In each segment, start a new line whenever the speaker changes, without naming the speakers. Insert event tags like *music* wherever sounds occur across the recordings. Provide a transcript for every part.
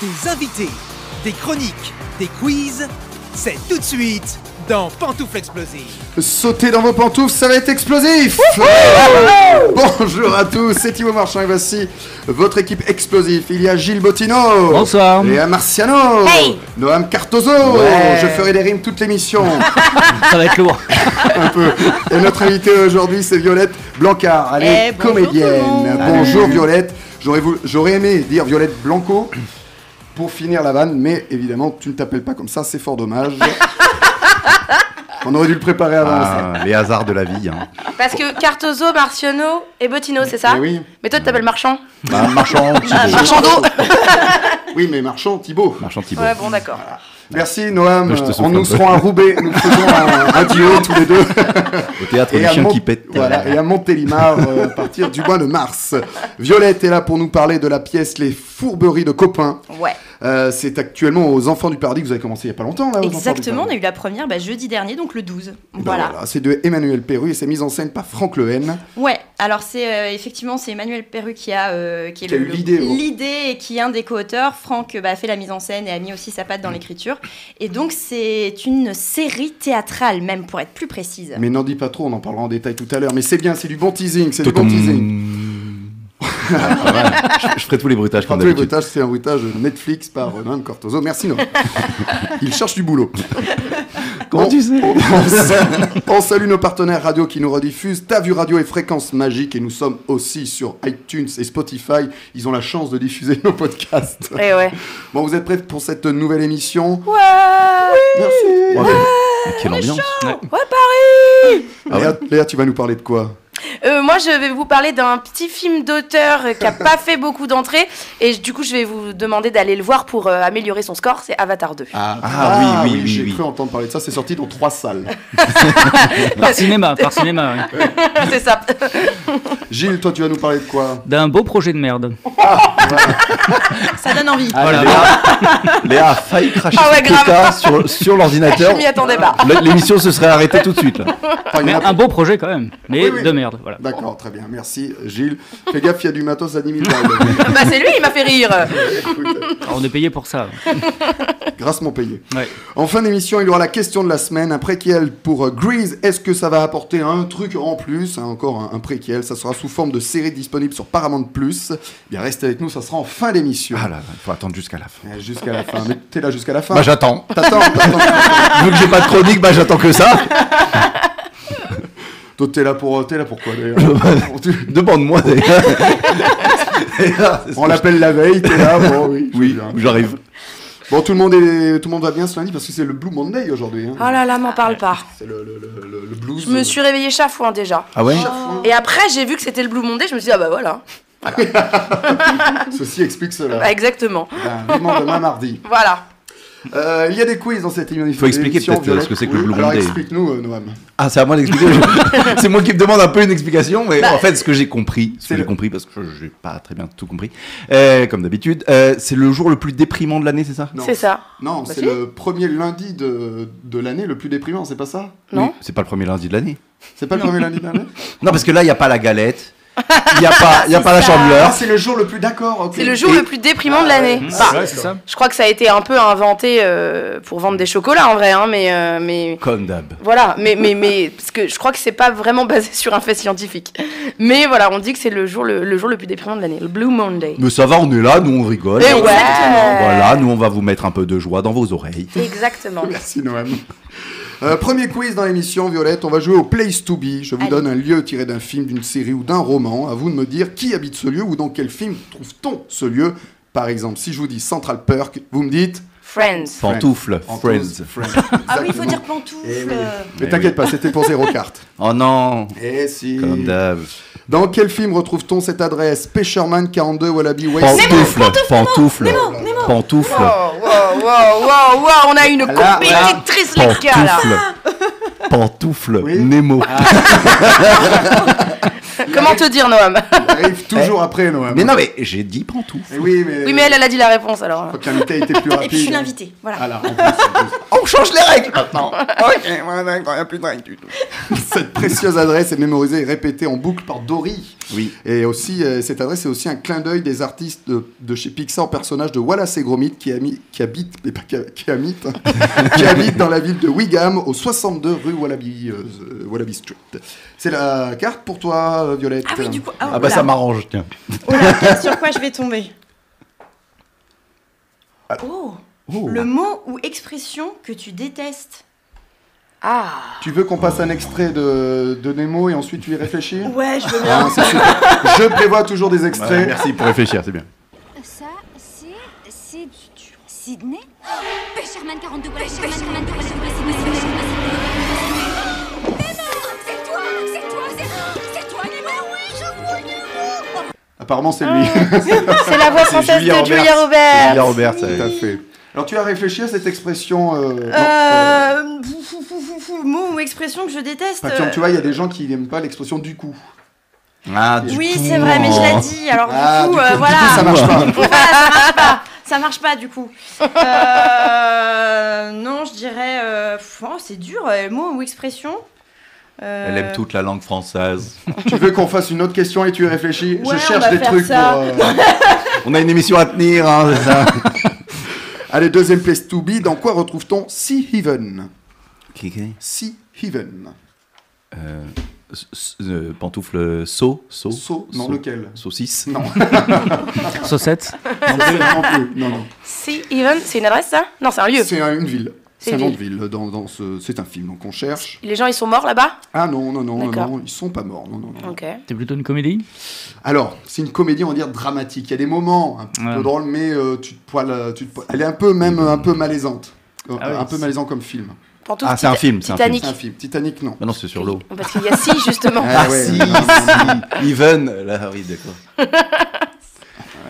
Des invités, des chroniques, des quiz, c'est tout de suite dans Pantoufle Explosive.
Sauter dans vos pantoufles, ça va être explosif Bonjour à tous, c'est Thibaut Marchand et voici votre équipe explosif. Il y a Gilles Bottino
Bonsoir.
Léa Marciano
Hey.
Noam Cartozo
Ouais.
Je ferai des rimes toute l'émission,
Ça va être lourd.
un peu. Et notre invitée aujourd'hui, c'est Violette Blancard. Elle est
Eh, bonjour
comédienne.
tout le monde.
Bonjour Violette. J'aurais voulu- J'aurais aimé dire Violette Blanco pour finir la vanne, mais évidemment, tu ne t'appelles pas comme ça, c'est fort
*laughs*
dommage. On aurait dû le préparer
*laughs*
avant.
Ah, les hasards de la vie. Hein.
Parce que Cartozo, Marciano et Bottino, c'est ça
Eh oui.
Mais toi, tu t'appelles Marchand
Bah, marchand,
Ah,
Thibaut.
Marchand d'eau
*laughs* Oui, mais marchand, Thibaut.
Marchand Thibaut.
Ouais, bon, d'accord.
Merci Noam, Euh,
Je te souffle
on
un
nous
peu.
serons à Roubaix,
*laughs*
nous faisons un, un duo tous les deux
Au théâtre
et
du
à,
chien
Mont-
qui pète.
voilà, et à Montélimar euh, à partir du mois de mars. Violette est là pour nous parler de la pièce Les fourberies de copains.
Ouais,
Euh, C'est actuellement aux Enfants du Paradis que vous avez commencé il n'y a pas longtemps là. aux Enfants du
exactement. On a
Paradis.
eu la première bah, jeudi dernier, donc le 12.
Ben
voilà.
voilà, C'est de Emmanuel Perru et c'est mise en scène par Franck Lehen.
Ouais, alors c'est euh, effectivement c'est Emmanuel Perru qui a, euh, qui est
Qui a
le-
eu
le-
l'idée, oh.
l'idée et qui est un des co-auteurs. Franck euh, bah, a fait la mise en scène et a mis aussi sa
Mm.
patte dans l'écriture. Et donc c'est une série théâtrale même pour être plus précise.
Mais n'en dis pas trop, on en parlera en détail tout à l'heure. Mais c'est bien, c'est du bon teasing, c'est du bon teasing.
Ah, pas mal. je, je ferai tous les bruitages
Enfin,
comme
tous les
d'habitude.
bruitages, c'est un bruitage Netflix par euh, Noam Cortozo. Merci Noam. Il cherche du boulot.
Comment tu sais
On- on salue- On salue nos partenaires radio qui nous rediffusent, T'as vu Radio et Fréquence Magique, et nous sommes aussi sur iTunes et Spotify. Ils ont la chance de diffuser nos podcasts.
Et Eh ouais.
Bon, vous êtes prêts pour cette nouvelle émission
Ouais.
Merci.
Bravo. Quelle ambiance. Ah
Léa, Léa, tu vas nous parler de quoi
Euh, moi, je vais vous parler d'un petit film d'auteur euh, qui a
*laughs*
pas fait beaucoup d'entrées. Et du coup, je vais vous demander d'aller le voir pour euh, améliorer son score. C'est Avatar 2.
ah,
Ah, oui, oui, oui,
J'ai
oui.
cru entendre parler de ça. C'est sorti dans trois salles.
Par cinéma, par cinéma, oui.
*laughs* C'est ça.
Gilles, toi, tu vas nous parler de quoi
D'un beau projet de merde.
Ça donne envie.
Ah,
Voilà.
Léa, Léa a failli cracher
Ah ouais,
son
grave. Ah,
pétard sur, sur
Je
l'ordinateur.
m'y attendais pas.
L- L'émission se serait arrêtée tout de suite. Là.
Enfin, il y en
Mais
a
un beau projet quand même. Mais
Oui, oui.
de merde, voilà.
D'accord, très bien, merci Gilles. Fais gaffe, il y a du matos à 10 000 balles.
Bah, c'est lui, il m'a fait rire.
*laughs* Écoute,
Alors, on est payé pour ça.
grassement payé.
Ouais.
En fin d'émission, il y aura la question de la semaine, un préquel pour euh, Grease. Est-ce que ça va apporter un truc en plus hein, Encore un, un préquel, ça sera sous forme de série disponible sur Paramount+. Plus. Eh bien, restez avec nous, ça sera en fin d'émission.
Ah là, il faut attendre jusqu'à la fin.
Euh, Jusqu'à la fin. Mais t'es là jusqu'à la fin.
Bah j'attends.
T'attends, t'attends.
Vu que j'ai pas de chronique, bah j'attends que ça.
Toi, t'es là pour, euh, t'es là pour quoi
*laughs*
d'ailleurs
Demande-moi. *laughs* d'ailleurs.
On l'appelle la veille, t'es là, bon, oui. je
Oui,
viens.
j'arrive.
Bon, tout le, monde est, tout le monde va bien ce lundi parce que c'est le Blue Monday aujourd'hui. hein.
Oh là là, m'en parle pas.
C'est le, le, le, le- le blues.
Je me suis réveillée chafouin déjà.
Ah ouais
Oh.
Et après, j'ai vu que c'était le Blue Monday. Je me suis dit, ah bah voilà.
Ceci explique cela.
Bah, exactement.
Ben, vivement demain mardi.
Voilà.
Euh, il y a des quiz dans cette émission. Il
Faut expliquer peut-être, euh, ce que c'est que le Blue
Alors
Monday.
explique-nous, euh, Noam.
Ah, c'est à moi d'expliquer. Je- c'est moi qui me demande un peu une explication, mais
Bah,
en fait, ce que j'ai compris, ce
c'est
que j'ai
le-
compris, parce que je n'ai pas très bien tout compris, euh, comme d'habitude, euh, c'est le jour le plus déprimant de l'année, c'est ça
Non.
C'est ça.
Non,
Bah
c'est
si.
le premier lundi de, de l'année le plus déprimant, c'est pas ça
Non
Oui, C'est pas le premier lundi de l'année.
C'est pas le premier lundi de
*laughs*
l'année
Non, parce que là, il n'y a pas la galette, il n'y a pas, il y a pas la
Ah,
chandeleur.
c'est le jour le plus d'accord. ok.
C'est le jour
Et-
le plus déprimant de l'année.
Ah,
Bah,
ouais,
c'est ça.
je crois que ça a été un peu inventé euh, pour vendre des chocolats en vrai, hein, mais, euh, mais
Comme d'hab.
voilà, mais, mais, mais parce que je crois que c'est pas vraiment basé sur un fait scientifique. Mais voilà, on dit que c'est le jour le, le jour le plus déprimant de l'année, le Blue Monday.
Mais ça va, on est là, nous on rigole.
Et ouais.
Voilà, nous on va vous mettre un peu de joie dans vos oreilles.
Exactement.
Merci Noam. Euh, premier quiz dans l'émission, Violette. On va jouer au Place to Be. Je vous
Allez.
donne un lieu tiré d'un film, d'une série ou d'un roman. À vous de me dire qui habite ce lieu ou dans quel film trouve-t-on ce lieu. Par exemple, si je vous dis Central Perk, vous me dites
Friends.
Pantoufles, Friends.
Ah oui, il faut dire
pantoufle. Euh.
Mais t'inquiète pas, c'était pour zéro carte.
Oh non
Eh si.
Comme d'hab.
Dans quel film retrouve-t-on cette adresse Pêcherman 42 Wallaby Way
Pantoufles, pantoufles,
Wow,
pantoufles.
wow, wow, wow, wow, on a une
Là,
compétitrice les
Ah.
gars là.
Pantoufle. Pantoufle
Oui.
Nemo.
Comment te dire, Noam
Euh,
Il arrive toujours après, Noam.
Eh. Mais non, mais j'ai dit pantoufle.
Eh oui, mais.
Oui, mais elle, elle a dit la réponse alors.
Faut que l'invité était plus
*laughs*
rapide.
Et puis je suis l'invité, voilà.
Voilà, en plus, en plus.
On change les règles maintenant. ok, voilà, il n'y a plus de règles du tout.
*laughs* Cette précieuse adresse est mémorisée et répétée en boucle par Dory.
Oui.
Et aussi, euh, cette adresse est aussi un clin d'œil des artistes de, de chez Pixar, personnage de Wallace et Gromit qui, ami- qui habite, mais pas qui, qui habite, hein, qui habite dans la ville de Wigham, au 62 rue Wallaby, euh, Wallaby Street. C'est la carte pour toi, euh, Violette.
Ah oui, du coup.
Ah bah ça m'arrange, tiens.
*laughs* marche. Sur quoi je vais tomber Oh
Oh.
Le mot ou expression que tu détestes.
Ah
Tu veux qu'on passe un extrait de, de Nemo et ensuite tu y réfléchis
Ouais, *laughs* je veux bien.
Ah, c'est super. Je prévois toujours des
Bah,
extraits.
merci pour réfléchir, c'est bien.
Ça, c'est. C'est. Sydney Pêcherman 42 Pêcherman 42 C'est toi C'est toi C'est c'est toi Nemo Oui, je vois Nemo
Apparemment, c'est lui.
Ah.
C'est la voix
C'est
française
Julia
de Julia
Roberts.
Roberts.
Julia Roberts,
Tout à
euh,
fait. Alors, tu as réfléchi à cette expression euh, non, euh,
Euh, fou, fou, fou, fou, fou, mot ou expression que je déteste.
Enfin, Bah, tu- tu vois, il y a des gens qui n'aiment pas l'expression du coup.
Ah, du
euh, Oui,
coup, euh,
c'est vrai, mais je l'ai dit. Alors
Ah,
du coup,
du
euh, *laughs*
coup,
voilà.
du coup, ça marche pas.
Ça marche pas du coup. Euh, non, je dirais. euh, pff, oh, c'est dur, euh, mot ou expression. Euh,
Elle aime toute la langue française.
tu veux qu'on fasse une autre question et tu y réfléchis
Ouais,
Je
on
cherche
va
des
faire
trucs
ça.
pour. euh,
*laughs* On a une émission à tenir, hein, c'est *laughs* ça
Allez, deuxième place to be. Dans quoi retrouve-t-on Sea Heaven Sea Heaven.
euh, s- s- euh, Pantoufle saut, saut.
So, non, lequel
Saucisse
Non,
Saucette
non plus, non plus, non, non.
C'est Even, c'est une adresse ça Non, c'est un lieu.
C'est un- une ville.
C'est
C'est un
une
nom de ville. Dans, dans ce... C'est un film, donc on cherche.
Les gens ils sont morts là-bas
Ah non, non, non, non,
D'accord.
non, ils sont pas morts. Non, non, non.
Ok.
C'est plutôt une comédie
Alors, c'est une comédie, on va dire, dramatique. Il y a des moments un petit
Ouais.
peu drôles, mais euh, tu te poiles, euh, tu te poiles- Elle est un peu, même, euh, un peu malaisante. Euh,
Ah oui,
un peu
c'est-
malaisant comme film.
Pantoufle,
Ah, c'est un
Tita-
film, c'est un film.
Titanic.
C'est un film. Titanic, non.
Ah non, c'est sur l'eau.
Parce qu'il y a si justement.
Ah ouais, non, non, non.
*laughs* Even, là, oui, d'accord. *laughs*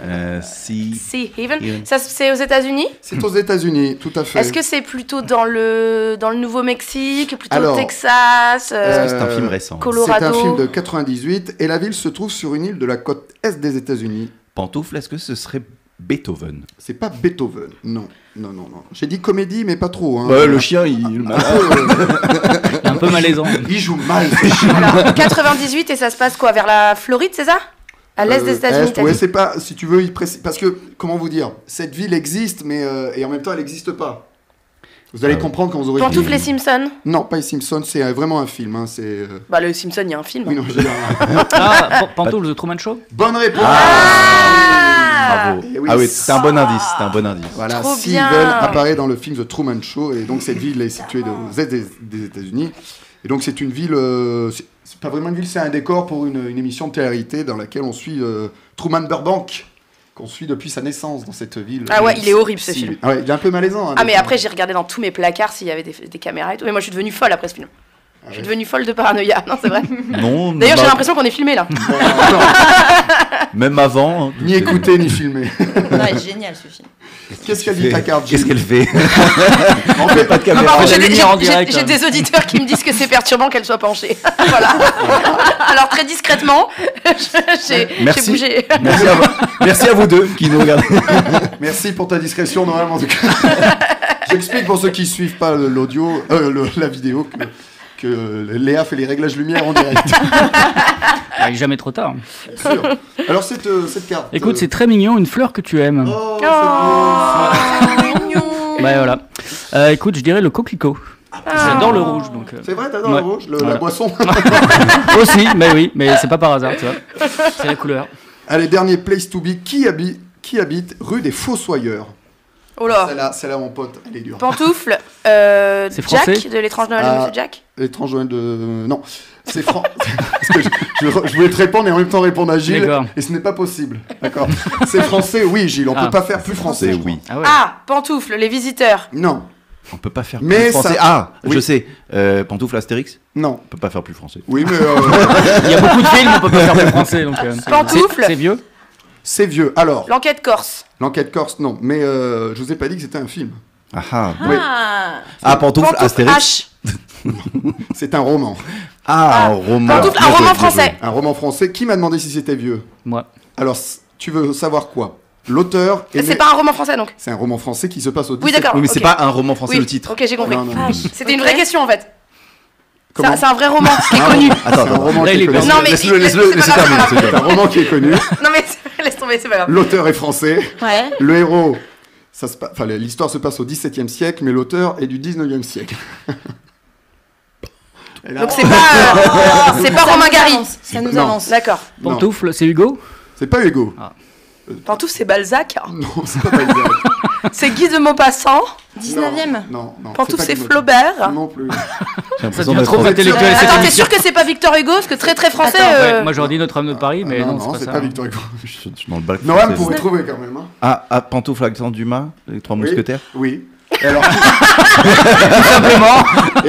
Euh, si.
Si Even,
Even.
ça c'est aux États-Unis.
C'est aux États-Unis, tout à fait.
Est-ce que c'est plutôt dans le dans le Nouveau-Mexique, plutôt
Alors,
au Texas euh,
Parce que c'est un film récent.
Colo-
c'est un
Colorado
film de 98 et la ville se trouve sur une île de la côte est des États-Unis.
Pantoufle, est-ce que ce serait Beethoven
C'est pas Beethoven, non, non, non, non. J'ai dit comédie, mais pas trop. Hein.
Euh, chien, il.
Un peu, euh,
Un peu
*laughs*
malaisant.
il joue
*laughs*
mal.
Alors, 98 et ça se passe quoi Vers la Floride, c'est ça À l'est des
Euh,
États-Unis,
Est,
t'as
ouais,
dit
c'est pas, si tu veux, il précise- parce que, comment vous dire, cette ville existe, mais euh, et en même temps, elle n'existe pas. Vous allez
Ah ouais.
comprendre quand vous aurez.
Pantoufle les Simpsons
Non, pas les Simpsons, c'est euh, vraiment un film. hein, c'est. euh,
Bah, les Simpsons, il y a un film.
oui, non,
*laughs*
j'ai-
Ah, Pan- Pantoufle, The Truman Show
Bonne réponse.
Ah
Bravo.
Eh oui.
Ah oui, c'est un bon indice, c'est un bon indice.
Voilà,
Trop
Steven
bien.
apparaît dans le film The Truman Show, et donc cette ville est située de- aux Est des, des États-Unis. Et donc c'est une ville, euh, c'est c'est pas vraiment une ville, c'est un décor pour une, une émission de télé-réalité dans laquelle on suit euh, Truman Burbank, qu'on suit depuis sa naissance dans cette ville.
Ah ouais, il est horrible, ce
Si,
film.
Ah ouais, il est un peu malaisant. hein,
Ah mais
d'ailleurs.
après j'ai regardé dans tous mes placards s'il y avait des, des caméras et tout. Mais moi je suis devenue folle après ce film. Je suis
Ah ouais.
devenue folle de paranoïa, non
*laughs*
c'est vrai.
Non,
D'ailleurs
Bah,
j'ai
même-
l'impression qu'on est
*laughs*
filmé là.
Même avant. hein,
Ni
tout est-
écouter ni *laughs* filmer.
*laughs* Non, il est génial ce film.
Qu'est-ce qu'elle dit ta carte
Qu'est-ce
Gilles
qu'elle
*laughs*
fait
En fait,
Pas de
Ah,
caméra.
pardon, j'ai
la
des,
lumière en
j'ai-
direct,
j'ai
hein.
des auditeurs qui me disent que c'est perturbant qu'elle soit penchée. *laughs* voilà. Alors très discrètement, *laughs* j'ai j'ai
Merci.
bougé.
Merci à, vous... Merci à vous deux qui nous regardez.
Merci pour ta discrétion, normalement. en tout cas.
*laughs*
J'explique pour ceux qui suivent pas l'audio, euh, le- la vidéo, que, que Léa fait les réglages lumière en direct.
Ah, il est jamais trop tard.
Bien sûr.
*laughs*
Alors cette, euh, cette carte.
Écoute,
euh,
c'est très mignon, une fleur que tu aimes.
Oh, c'est
Oh.
Ah, Mignon.
Bah voilà. Euh, écoute, je dirais le coquelicot.
Ah.
J'adore le rouge, donc. euh,
beau. C'est vrai, t'adores
Ouais.
la rouge, le-
Voilà.
la
*laughs*
boisson. *laughs*
Aussi, mais oui, mais c'est pas par hasard, tu vois. C'est la couleur.
Allez, dernier place to be. Qui habite, qui habite rue des Fossoyeurs
Oh là.
Celle-là, celle-là, mon pote, elle est dure.
Pantoufle, euh,
C'est
Jack
français
de l'étrange Noël de
Ah.
Monsieur Jack.
L'étrange Noël de. Non, c'est Fran. *laughs* Parce que je, je re- je voulais te répondre et en même temps répondre à Gilles.
D'accord.
Et ce n'est pas possible. D'accord. C'est français, oui, Gilles. On
Ah.
peut pas faire plus
Français,
français. je crois.
oui.
Ah ouais.
Ah, Pantoufle, les visiteurs.
Non,
On peut pas faire
Mais
plus français.
ça-
Ah,
Oui.
je sais. Euh, pantoufle Astérix,
non.
on peut pas faire plus français.
Oui,
*laughs*
mais euh,
Il y a beaucoup de films, on peut pas faire le français, donc. euh,
Pantoufle.
c'est- C'est vieux
c'est vieux. Alors,
L'enquête corse.
l'enquête corse, non. Mais euh, je vous ai pas dit que c'était un film.
Ah, ah.
Ah,
Ah, pantoufle,
Pantoufle
Astérix.
H.
C'est un roman.
Ah, un
Ah,
roman.
Pantoufle,
Bien
un
joué,
roman
bien
français.
joué.
Un roman français. Qui m'a demandé si c'était vieux
Moi.
Alors, c- tu veux savoir quoi L'auteur est né-
C'est pas un roman français donc.
C'est un roman français qui se passe au
Oui,
17
d'accord. Oh,
Oui, mais c'est
ok.
pas un roman français
Oui,
le titre.
Ok, j'ai compris.
Non, non, non.
Vache.
C'était une vraie
Ok.
question en fait. C'est
Comment
un- C'est un
*laughs*
vrai roman qui est
Ah,
connu.
Attends,
C'est un
attends.
roman
Là,
qui
il
est
est
connu.
Non, mais
Laisse-le
il-
laisse
c'est pas
terminer.
grave, c'est pas
c'est
C'est
bien.
un roman qui est connu.
grave. Non mais c'est- laisse tomber, c'est pas grave.
L'auteur est français.
Ouais.
Le héros. Ça se pa- enfin, l'histoire se passe au XVIIe siècle, mais l'auteur est du XIXe siècle. *laughs* Et là-
Donc c'est
*laughs*
pas euh, c'est pas
Ça
Romain
nous
Gary.
avance, Ça nous
Non.
avance.
D'accord.
Non.
Pantoufle, c'est Hugo
C'est pas Hugo.
Pantouf, c'est Balzac.
*laughs* Non, c'est pas Balzac.
*laughs* C'est Guy de Maupassant.
19ème.
Non, non.
Pantouf,
pas
c'est
Guillaume.
Flaubert. hein.
Non plus.
J'ai
Ça
l'impression
devient
d'être
trop
en-
intellectuel cette
Attends, t'es
émission.
sûr que c'est pas Victor Hugo Parce que très très français.
Attends,
euh,
Ouais, Moi j'aurais dit Notre-Dame de Paris, mais
Euh, Ah, non,
non,
c'est
c'est
pas,
pas ça. hein.
Victor Hugo.
Je suis dans le bac.
Noël
français,
pourrait
c'est-
trouver quand même. Hein.
Ah, ah, pantoufle accent Dumas, les trois mousquetaires.
Oui. Et alors, qui...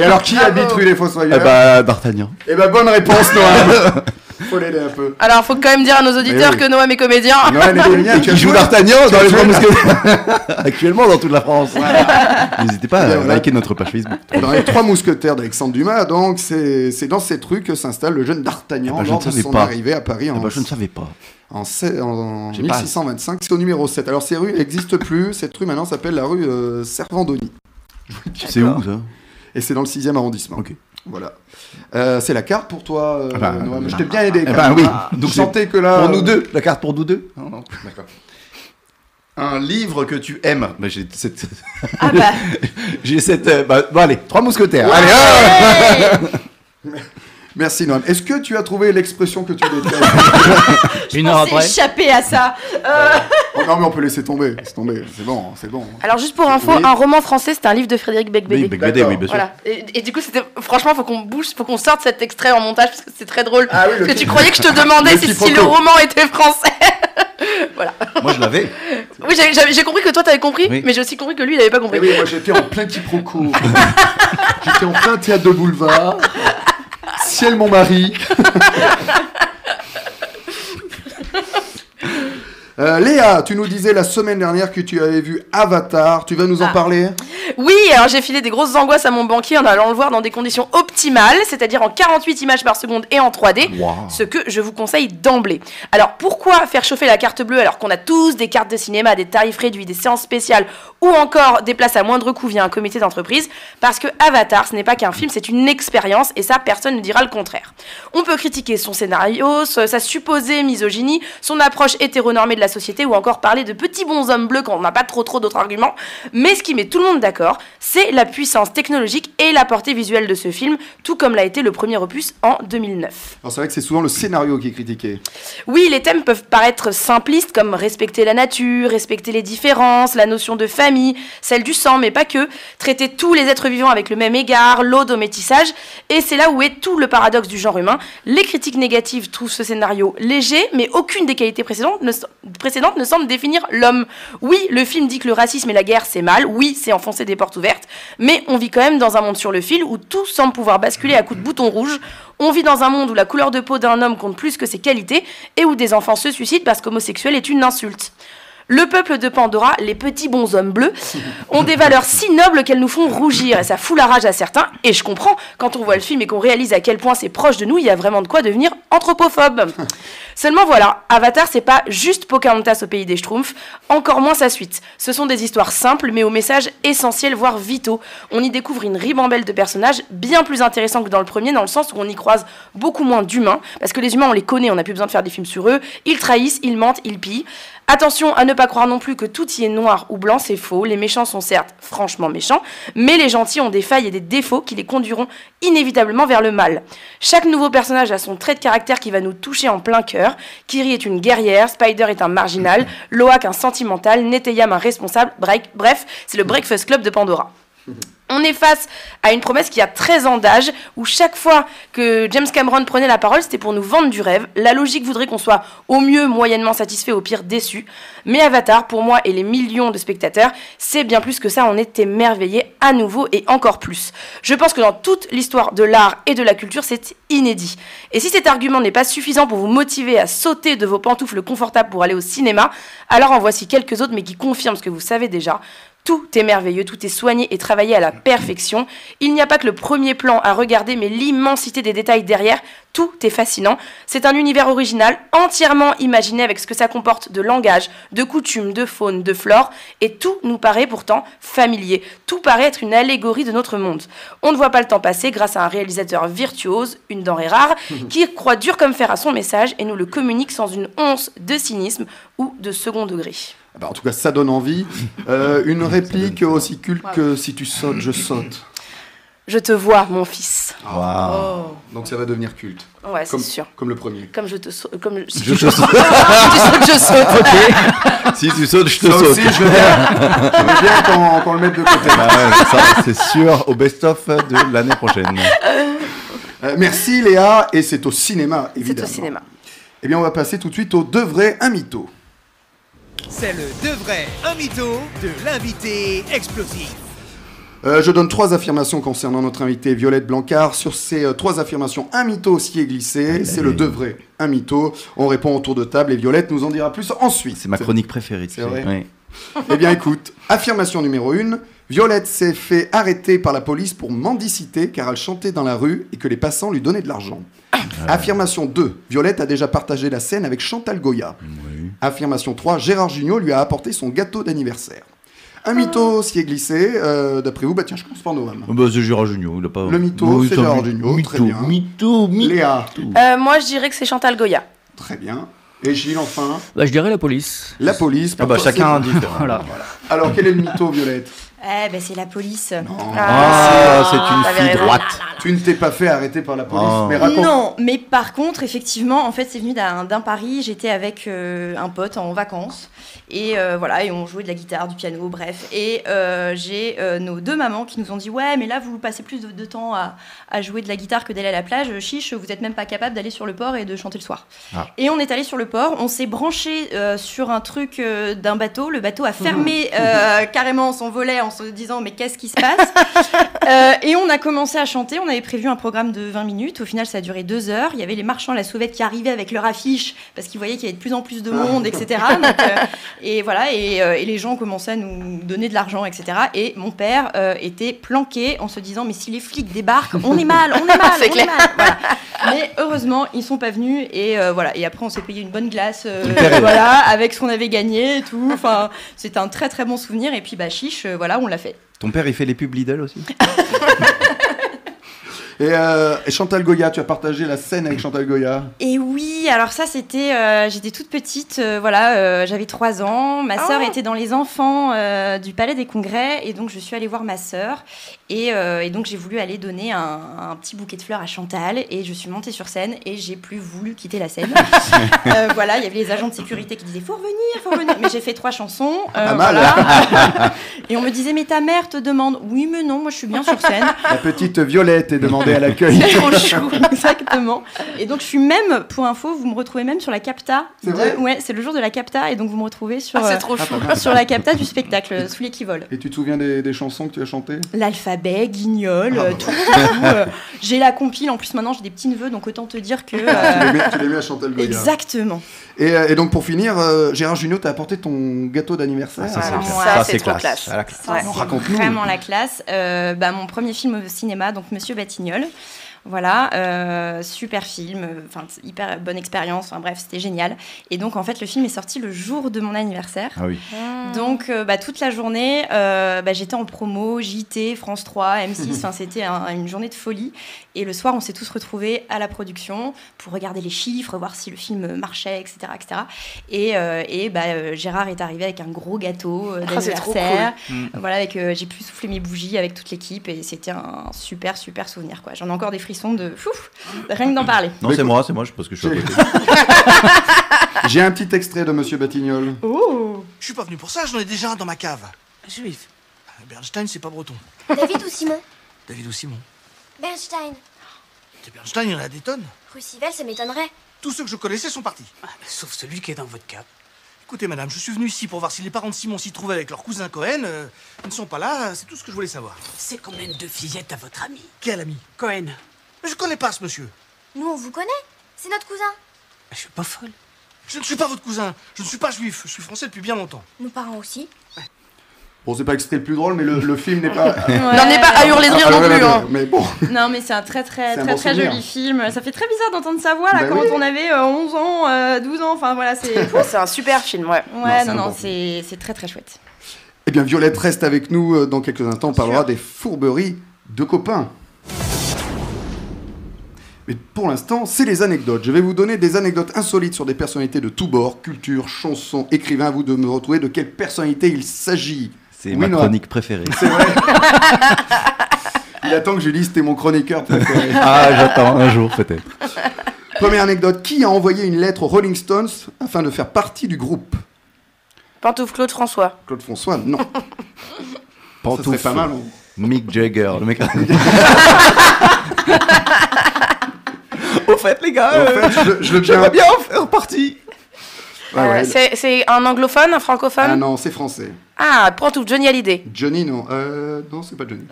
*laughs* Et alors qui habite rue des
Eh
Fossoyeurs
bah, D'Artagnan.
Eh ben, bonne
*laughs*
réponse, Noël. Faut l'aider un peu.
Alors, faut quand même dire à nos auditeurs
oui.
que Noam est comédien.
Noël est génial.
Qui joue D'Artagnan dans
Tu
les
as
trois
joué
mousquetaires. *laughs* Actuellement dans toute la France. Eh N'hésitez pas
Bien,
à
voilà.
liker notre page Facebook.
Dans les trois mousquetaires d'Alexandre Dumas, donc c'est c'est dans ces trucs que s'installe le jeune D'Artagnan
Ah bah, je
lors
ne
de
savais
son
pas.
arrivée à Paris
Ah
en,
bah, je ne savais pas.
en, se- en
J'ai pas-
1625. C'est au numéro 7. Alors ces rues n'existent plus. Cette rue maintenant s'appelle la rue euh, Servandoni.
C'est où ça
Et c'est dans le 6e arrondissement.
Ok.
Voilà. Euh, c'est la carte pour toi, euh,
Ah bah,
Noam.
euh,
Je t'ai bien aidé.
Eh
quand
ben
même.
oui.
Donc
Donc c'est
sentais que là.
pour
euh,
nous deux. La carte pour nous deux.
Non, non, d'accord.
Un livre que tu aimes. Bah, j'ai cette. *laughs*
Ah bah.
j'ai cette. euh, Bah, bon, allez, trois mousquetaires. Allez,
Merci Noam. Est-ce que tu as trouvé l'expression que tu détestes *laughs*
Une heure après.
échappé à ça.
Oh, Non mais on peut laisser tomber. Laisse tomber. C'est bon, c'est bon.
Alors, juste pour info,
Oui.
un roman français, c'est un livre de Frédéric
Oui,
Becbédé.
Becbédé, oui, bien sûr.
Voilà. Et, et du coup, c'était franchement, faut qu'on bouge, faut qu'on sorte cet extrait en montage parce que c'est très drôle.
Ah oui, le
parce que
petit-
tu croyais que je te demandais
*laughs* le
si,
petit
si le
proto.
roman était français.
Moi, je l'avais.
Oui, j'avais- j'avais- j'ai compris que toi t'avais compris,
Oui.
mais j'ai aussi compris que lui il avait pas
Eh
compris.
oui, moi j'étais en plein quiproquo. j'étais en plein théâtre de boulevard. Ciel mon *laughs* mari. Euh, Léa, tu nous disais la semaine dernière que tu avais vu Avatar. Tu vas nous en
Ah.
parler
Oui, alors j'ai filé des grosses angoisses à mon banquier en allant le voir dans des conditions optimales, c'est-à-dire en 48 images par seconde et en 3D.
Waouh.
Ce que je vous conseille d'emblée. Alors pourquoi faire chauffer la carte bleue alors qu'on a tous des cartes de cinéma, des tarifs réduits, des séances spéciales ou encore des places à moindre coût via un comité d'entreprise Parce que Avatar, ce n'est pas qu'un film, c'est une expérience et ça, personne ne dira le contraire. On peut critiquer son scénario, sa sa supposée misogynie, son approche hétéronormée de la société ou encore parler de petits bonshommes bleus quand on n'a pas trop trop d'autres arguments. Mais ce qui met tout le monde d'accord, c'est la puissance technologique et la portée visuelle de ce film, tout comme l'a été le premier opus en 2009.
Alors c'est vrai que c'est souvent le scénario qui est critiqué.
Oui, les thèmes peuvent paraître simplistes comme respecter la nature, respecter les différences, la notion de famille, celle du sang, mais pas que, traiter tous les êtres vivants avec le même égard, l'ode au métissage, et c'est là où est tout le paradoxe du genre humain. Les critiques négatives trouvent ce scénario léger, mais aucune des qualités précédentes ne, précédentes ne semble définir l'homme. Oui, le film dit que le racisme et la guerre c'est mal, oui, c'est enfoncer des portes ouvertes, mais on vit quand même dans un monde sur le fil où tout semble pouvoir basculer à coups de bouton rouge. On vit dans un monde où la couleur de peau d'un homme compte plus que ses qualités et où des enfants se suicident parce qu'homosexuel est une insulte. Le peuple de Pandora, les petits bonshommes bleus, ont des valeurs si nobles qu'elles nous font rougir et ça fout la rage à certains. Et je comprends, quand on voit le film et qu'on réalise à quel point c'est proche de nous, il y a vraiment de quoi devenir anthropophobe. Seulement voilà, Avatar, c'est pas juste Pocahontas au pays des Schtroumpfs, encore moins sa suite. Ce sont des histoires simples, mais aux messages essentiels, voire vitaux. On y découvre une ribambelle de personnages bien plus intéressants que dans le premier, dans le sens où on y croise beaucoup moins d'humains, parce que les humains, on les connaît, on n'a plus besoin de faire des films sur eux. Ils trahissent, ils mentent, ils pillent. Attention à ne pas croire non plus que tout y est noir ou blanc, c'est faux. Les méchants sont certes franchement méchants, mais les gentils ont des failles et des défauts qui les conduiront inévitablement vers le mal. Chaque nouveau personnage a son trait de caractère qui va nous toucher en plein cœur. Kiri est une guerrière, Spider est un marginal, Loak un sentimental, Neteyam un responsable. Break- Bref, c'est le Breakfast Club de Pandora. On est face à une promesse qui a 13 ans d'âge, où chaque fois que James Cameron prenait la parole, c'était pour nous vendre du rêve. La logique voudrait qu'on soit au mieux moyennement satisfait, au pire déçu. Mais Avatar, pour moi et les millions de spectateurs, c'est bien plus que ça. On est émerveillé à nouveau et encore plus. Je pense que dans toute l'histoire de l'art et de la culture, c'est inédit. Et si cet argument n'est pas suffisant pour vous motiver à sauter de vos pantoufles confortables pour aller au cinéma, alors en voici quelques autres, mais qui confirment ce que vous savez déjà. Tout est merveilleux, tout est soigné et travaillé à la perfection. Il n'y a pas que le premier plan à regarder, mais l'immensité des détails derrière. Tout est fascinant. C'est un univers original, entièrement imaginé avec ce que ça comporte de langage, de coutumes, de faune, de flore, et tout nous paraît pourtant familier. Tout paraît être une allégorie de notre monde. On ne voit pas le temps passer grâce à un réalisateur virtuose, une denrée rare, qui croit dur comme fer à son message et nous le communique sans une once de cynisme ou de second degré.
Ah bah, en tout cas, ça donne envie. Euh, une réplique aussi culte
Wow.
que si tu sautes, je saute.
Je te vois, mon fils.
Ah, Waouh.
Oh.
Donc ça va devenir culte.
Ouais, c'est
Comme,
sûr.
comme le premier.
Comme je te saute. Comme si
Je
*laughs* tu
te saute.
sautes, je saute.
si tu sautes, je te
Ça
saute.
aussi, je veux bien, je veux bien qu'on- qu'on le mette de côté.
Bah ouais, ça, c'est sûr, au best-of de l'année prochaine.
Euh, merci Léa, et c'est au cinéma,
C'est au
évidemment.
cinéma.
Eh bien, on va passer tout de suite au De vrai, un mytho.
C'est le de vrai, un mytho de l'invité explosif.
Euh, je donne trois affirmations concernant notre invitée Violette Blancard. Sur ces euh, trois affirmations, un mytho s'y est glissé. C'est le de vrai, un mytho. On répond au tour de table et Violette nous en dira plus ensuite.
C'est ma chronique préférée. tu
C'est
sais.
vrai.
Ouais.
Eh bien, écoute, affirmation numéro une. Violette s'est fait arrêter par la police pour mendicité car elle chantait dans la rue et que les passants lui donnaient de l'argent.
Ah.
Affirmation 2. Violette a déjà partagé la scène avec Chantal Goya. Affirmation 3. Gérard Jugnot lui a apporté son gâteau d'anniversaire. Un mytho s'y est glissé. Euh, D'après vous, bah tiens, je commence par Noam.
Oh, bah, c'est Gérard Junior, il a pas.
Le mytho,
Oui,
c'est
un
Gérard
mytho,
Jugnot, très
mytho,
bien.
Mytho, mytho.
Léa.
Euh, moi, je dirais que c'est Chantal Goya.
Très bien. Et Gilles, enfin,
Bah, je dirais la police.
la police.
Ah bah,
Pour toi,
chacun un
c'est-
différent.
Voilà.
Alors, quel est le mytho, Violette
Eh ben c'est la police.
Non.
Ah,
t'avais
c'est une fille
raison.
droite.
Tu ne t'es pas fait arrêter par la police,
Ah.
mais raconte.
Non, mais par contre, effectivement, en fait, c'est venu d'un d'un pari. J'étais avec euh, un pote en vacances et euh, voilà, et on jouait de la guitare, du piano, bref. Et euh, j'ai euh, nos deux mamans qui nous ont dit ouais, mais là, vous passez plus de, de temps à, à jouer de la guitare que d'aller à la plage. Chiche, vous êtes même pas capable d'aller sur le port et de chanter le soir.
Ah.
Et on est allé sur le port. On s'est branché euh, sur un truc euh, d'un bateau. Le bateau a fermé euh, carrément son volet en se disant mais qu'est-ce qui se passe Euh, et on a commencé à chanter. On avait prévu un programme de 20 minutes. Au final, ça a duré deux heures. Il y avait les marchands à la sauvette qui arrivaient avec leur affiche parce qu'ils voyaient qu'il y avait de plus en plus de monde, etc.
Ah.
Donc, euh, et voilà. Et, euh, et les gens commençaient à nous donner de l'argent, etc. Et mon père euh, était planqué en se disant Mais si les flics débarquent, on est mal,
*laughs*
on est mal,
C'est
on
clair.
est mal. Voilà. Mais heureusement, ils sont pas venus. Et euh, voilà. Et après, on s'est payé une bonne glace, euh, voilà, avec ce qu'on avait gagné et tout. Enfin, c'était un très très bon souvenir. Et puis, bah chiche, euh, voilà, on l'a fait.
Ton père, il fait les pubs Lidl aussi
Et, euh, et Chantal Goya, tu as partagé la scène avec Chantal Goya.
Et oui, alors ça c'était, euh, j'étais toute petite, euh, voilà, euh, j'avais 3 ans,
Oh.
ma sœur était dans les enfants euh, du Palais des Congrès, et donc je suis allée voir ma sœur, et, euh, et donc j'ai voulu aller donner un, un petit bouquet de fleurs à Chantal, et je suis montée sur scène, et j'ai plus voulu quitter la
*laughs*
scène. Euh, voilà, il y avait les agents de sécurité qui disaient, faut revenir, faut revenir, mais j'ai fait trois chansons, euh,
Ah, Pas mal. *laughs*
voilà. et on me disait, mais ta mère te demande, oui mais non, moi je suis bien sur scène.
La petite Violette est demandée
*laughs*
à l'accueil.
Trop chou, exactement. Et donc je suis même, pour info, vous me retrouvez même sur la capta.
C'est
de-
vrai
Ouais, c'est le jour de la capta et donc vous me retrouvez sur,
Ah, c'est
euh,
trop chou.
*laughs* sur la capta du spectacle euh, sous les qui volent.
Et tu te souviens des, des chansons que tu as chantées
L'alphabet, guignol,
Ah bah.
euh, tout. tout, euh, j'ai la compile, en plus maintenant j'ai des petits neveux, donc autant te dire que.
Tu
euh,
les mets- Tu les mets à Chantal Goya.
exactement.
Et, euh, et donc pour finir, euh, Gérard Junot t'a apporté ton gâteau d'anniversaire.
Ça, c'est
Alors,
classe.
ça,
Ça,
c'est
c'est
trop
classe.
classe.
Ah, la classe.
Ouais,
Non,
c'est
raconte-nous.
Vraiment la classe. Euh, bah, mon premier film au cinéma, donc Monsieur Batignolles. Voilà, euh, super film, euh, enfin t- hyper bonne expérience, enfin bref, c'était génial. Et donc en fait, le film est sorti le jour de mon anniversaire.
Ah oui.
Mm.
Donc euh, bah, toute la journée, euh, bah, j'étais en promo, JT, France 3,
Mm.
M6, enfin, c'était un- une journée de folie. Et le soir, on s'est tous retrouvés à la production pour regarder les chiffres, voir si le film marchait, etc. etc. Et, euh, et, bah, euh, Gérard est arrivé avec un gros gâteau euh,
*laughs* Ah, c'est trop
d'anniversaire. Voilà, avec, euh, j'ai pu souffler mes bougies avec toute l'équipe et c'était un super, super souvenir. quoi. J'en ai encore des frissons de fouf, rien que d'en parler.
Non, c'est moi, c'est moi, je pense que je suis à
J'ai-
côté.
*laughs* J'ai un petit extrait de Monsieur Batignol.
Oh
Je suis pas venu pour ça, j'en ai déjà un dans ma cave. Juif. Bernstein, c'est pas breton.
David ou Simon
David ou Simon.
Bernstein.
Des Bernstein, il y en a des tonnes.
Rucivel, ça m'étonnerait.
Tous ceux que je connaissais sont partis. sauf celui qui est dans votre cave. Écoutez, madame, je suis venu ici pour voir si les parents de Simon s'y trouvaient avec leur cousin Cohen. Euh, ils ne sont pas là, c'est tout ce que je voulais savoir.
C'est combien de fillettes à votre ami
Quel ami
Cohen.
Mais je connais pas ce monsieur.
Nous, on vous connaît. C'est notre cousin.
Je suis pas folle.
Je ne suis pas votre cousin. Je ne suis pas juif. Je suis français depuis bien longtemps.
Nos parents aussi.
Bon, c'est pas extrait le plus drôle, mais le, le film n'est pas.
N'en est pas à hurler
Ah,
de rire non plus. hein.
Mais bon,
Non, mais c'est un très très
C'est un
très
bon
très
souvenir.
joli film. Ça fait très bizarre d'entendre sa voix là
Bah
quand
oui.
on avait euh, 11 ans, euh, 12 ans. Enfin voilà,
*laughs*
c'est.
Ouais, C'est un super film, ouais.
Ouais,
c'est
non,
un
non,
bon
c'est c'est très très chouette.
eh bien, Violette reste avec nous euh, dans quelques instants. On parlera des fourberies de copains. Mais pour l'instant, c'est les anecdotes. Je vais vous donner des anecdotes insolites sur des personnalités de tous bords, culture, chansons, écrivains. À Vous de me retrouver de quelle personnalité il s'agit.
C'est
Oui,
ma
Noah.
chronique préférée.
Il attend que je lise t'es mon chroniqueur préféré.
*laughs* ah, j'attends un jour peut-être.
Première anecdote qui a envoyé une lettre aux Rolling Stones afin de faire partie du groupe
Pantoufle Claude François.
Claude François, non. Ça serait
*laughs* Pantoufle.
pas mal. on-
Mick Jagger, le
*laughs*
mec. Au fait, les gars,
En fait, je, je le tiens.
j'aimerais Ah, bien en faire partie.
Ouais,
Euh,
Ah ouais.
c'est c'est un anglophone, un
Ah
francophone
non, c'est français.
Ah, Pantoufle Johnny Hallyday.
Johnny, non. Euh, non, c'est pas Johnny.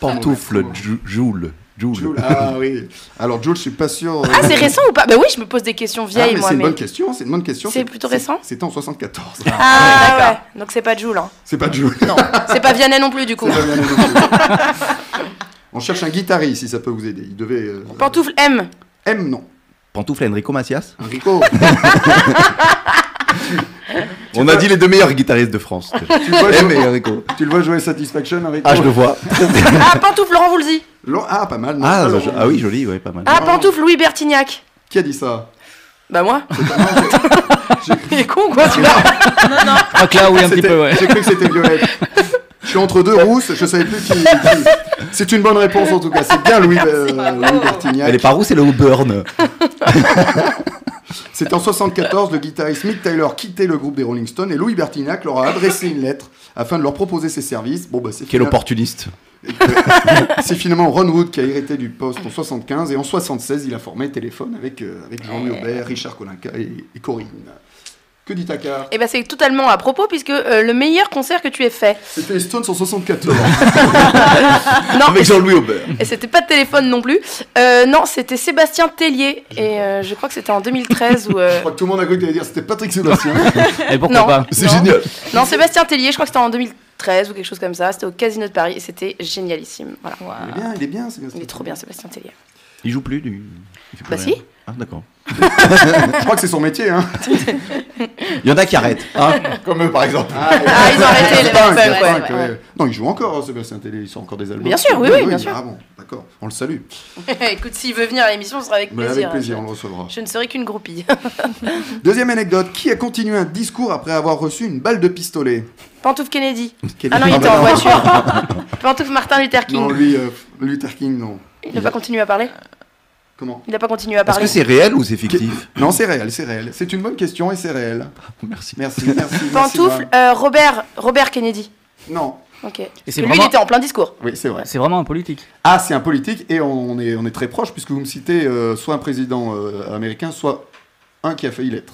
Pantoufle,
Bon,
Ju- Joule.
Jules.
Joule. *laughs*
Ah oui. Alors Jules, je suis pas sûr. euh,
Ah,
*laughs*
c'est récent ou pas Bah oui, je me pose des questions
Ah,
vieilles,
mais
moi.
c'est une
mais-
bonne question. C'est une bonne question.
C'est plutôt récent
C'était en 74.
*laughs* Ah, ouais, donc c'est pas Jules. Hein.
C'est pas Jules. *laughs*
Non, c'est pas Vianney non plus, du coup.
C'est pas Vianney non plus. On cherche un guitariste si ça peut vous aider. Il devait. euh,
Pantoufle M.
M, non.
Pantoufle Enrico Macias.
Enrico.
On a dit les deux meilleurs guitaristes de France. tu *laughs*
vois, je-
et Enrico.
tu le vois jouer Satisfaction, Enrico
Ah, je le vois.
Ah, Pantoufle Laurent Voulzy.
Lo- Ah, pas mal. non.
Ah,
Alors,
je- ah oui, joli, oui, pas mal.
Ah, Pantoufle Louis Bertignac.
Qui a dit ça
Bah moi. *laughs* Il est con, quoi, tu vois
Je crois que là, oui, un petit
C'était- *laughs*
peu, ouais.
J'ai cru que c'était Violette. Je suis entre deux rousses, je savais plus qui. qui-
*laughs*
C'est une bonne réponse en tout cas. C'est bien Louis, euh, Louis Bertignac.
Elle est par où C'est le Auburn.
C'était en 74, le guitariste Mick Taylor quittait le groupe des Rolling Stones et Louis Bertignac leur a adressé une lettre afin de leur proposer ses services. Bon, bah, c'est
Quel
final-
opportuniste.
*laughs* c'est finalement Ron Wood qui a hérité du poste en 75 et en 76, il a formé Téléphone avec, euh, avec Jean-Louis Aubert, Richard Kolinka et, et Corinne. Que dit Takar
Et bah c'est totalement à propos, puisque euh, le meilleur concert que tu aies fait.
C'était les Stones en 74.
Non,
*laughs* Avec Jean-Louis Aubert.
Et c'était pas de téléphone non plus. Euh, non, c'était Sébastien Tellier. Et euh, je crois que c'était en 2013 ou. euh,
Je crois que tout le monde a cru que t'allais dire c'était
*laughs*
Patrick Sébastien.
Et pourquoi
Non.
pas
C'est
Non.
génial.
Non, Sébastien Tellier, je crois que c'était en 2013 ou quelque chose comme ça. C'était au Casino de Paris et c'était génialissime. Voilà.
Il est bien, il est bien. Sébastien.
Il est trop bien, Sébastien Tellier. *laughs*
Il joue plus du. il fait plus
Bah
rien.
si.
Ah, d'accord.
Je crois que c'est son métier, hein.
Il y en a qui arrêtent. hein.
Comme eux, par exemple. Ah,
Ah, ils ont arrêté, les
Punk,
mecs, ouais,
punk,
ouais,
ouais. Non, ils jouent encore, hein, Sébastien Télé. Ils sont encore des albums.
Bien sûr, oui, oui, bien sûr.
Ah bon, d'accord. On le salue.
Écoute, s'il veut venir à l'émission, ce sera avec
Mais
plaisir.
avec plaisir, on le recevra.
Je ne serai qu'une groupie. *laughs*
Deuxième anecdote. Qui a continué un discours après avoir reçu une balle de pistolet
Pantouf Kennedy.
Quel-
Ah non, il
bah
était
*laughs*
en
non.
voiture. Pantouf Martin Luther
Non,
King.
lui, euh, Luther King, non.
Il n'a pas continué à parler
Comment
Il n'a pas continué à
Est-ce
parler.
que c'est réel ou c'est fictif Oh,
Non, c'est réel, c'est réel. C'est une bonne question et c'est réel.
Merci.
Merci, merci. merci,
Pantoufle
Noah.
euh, Robert, Robert Kennedy.
Non.
Ok. Parce
c'est
que lui, il
vraiment-
était en plein discours.
Oui, c'est vrai.
C'est vraiment un
*laughs*
politique.
Ah, c'est un politique et on est, on est très proche puisque vous me citez euh, soit un président euh, américain, soit un qui a failli l'être.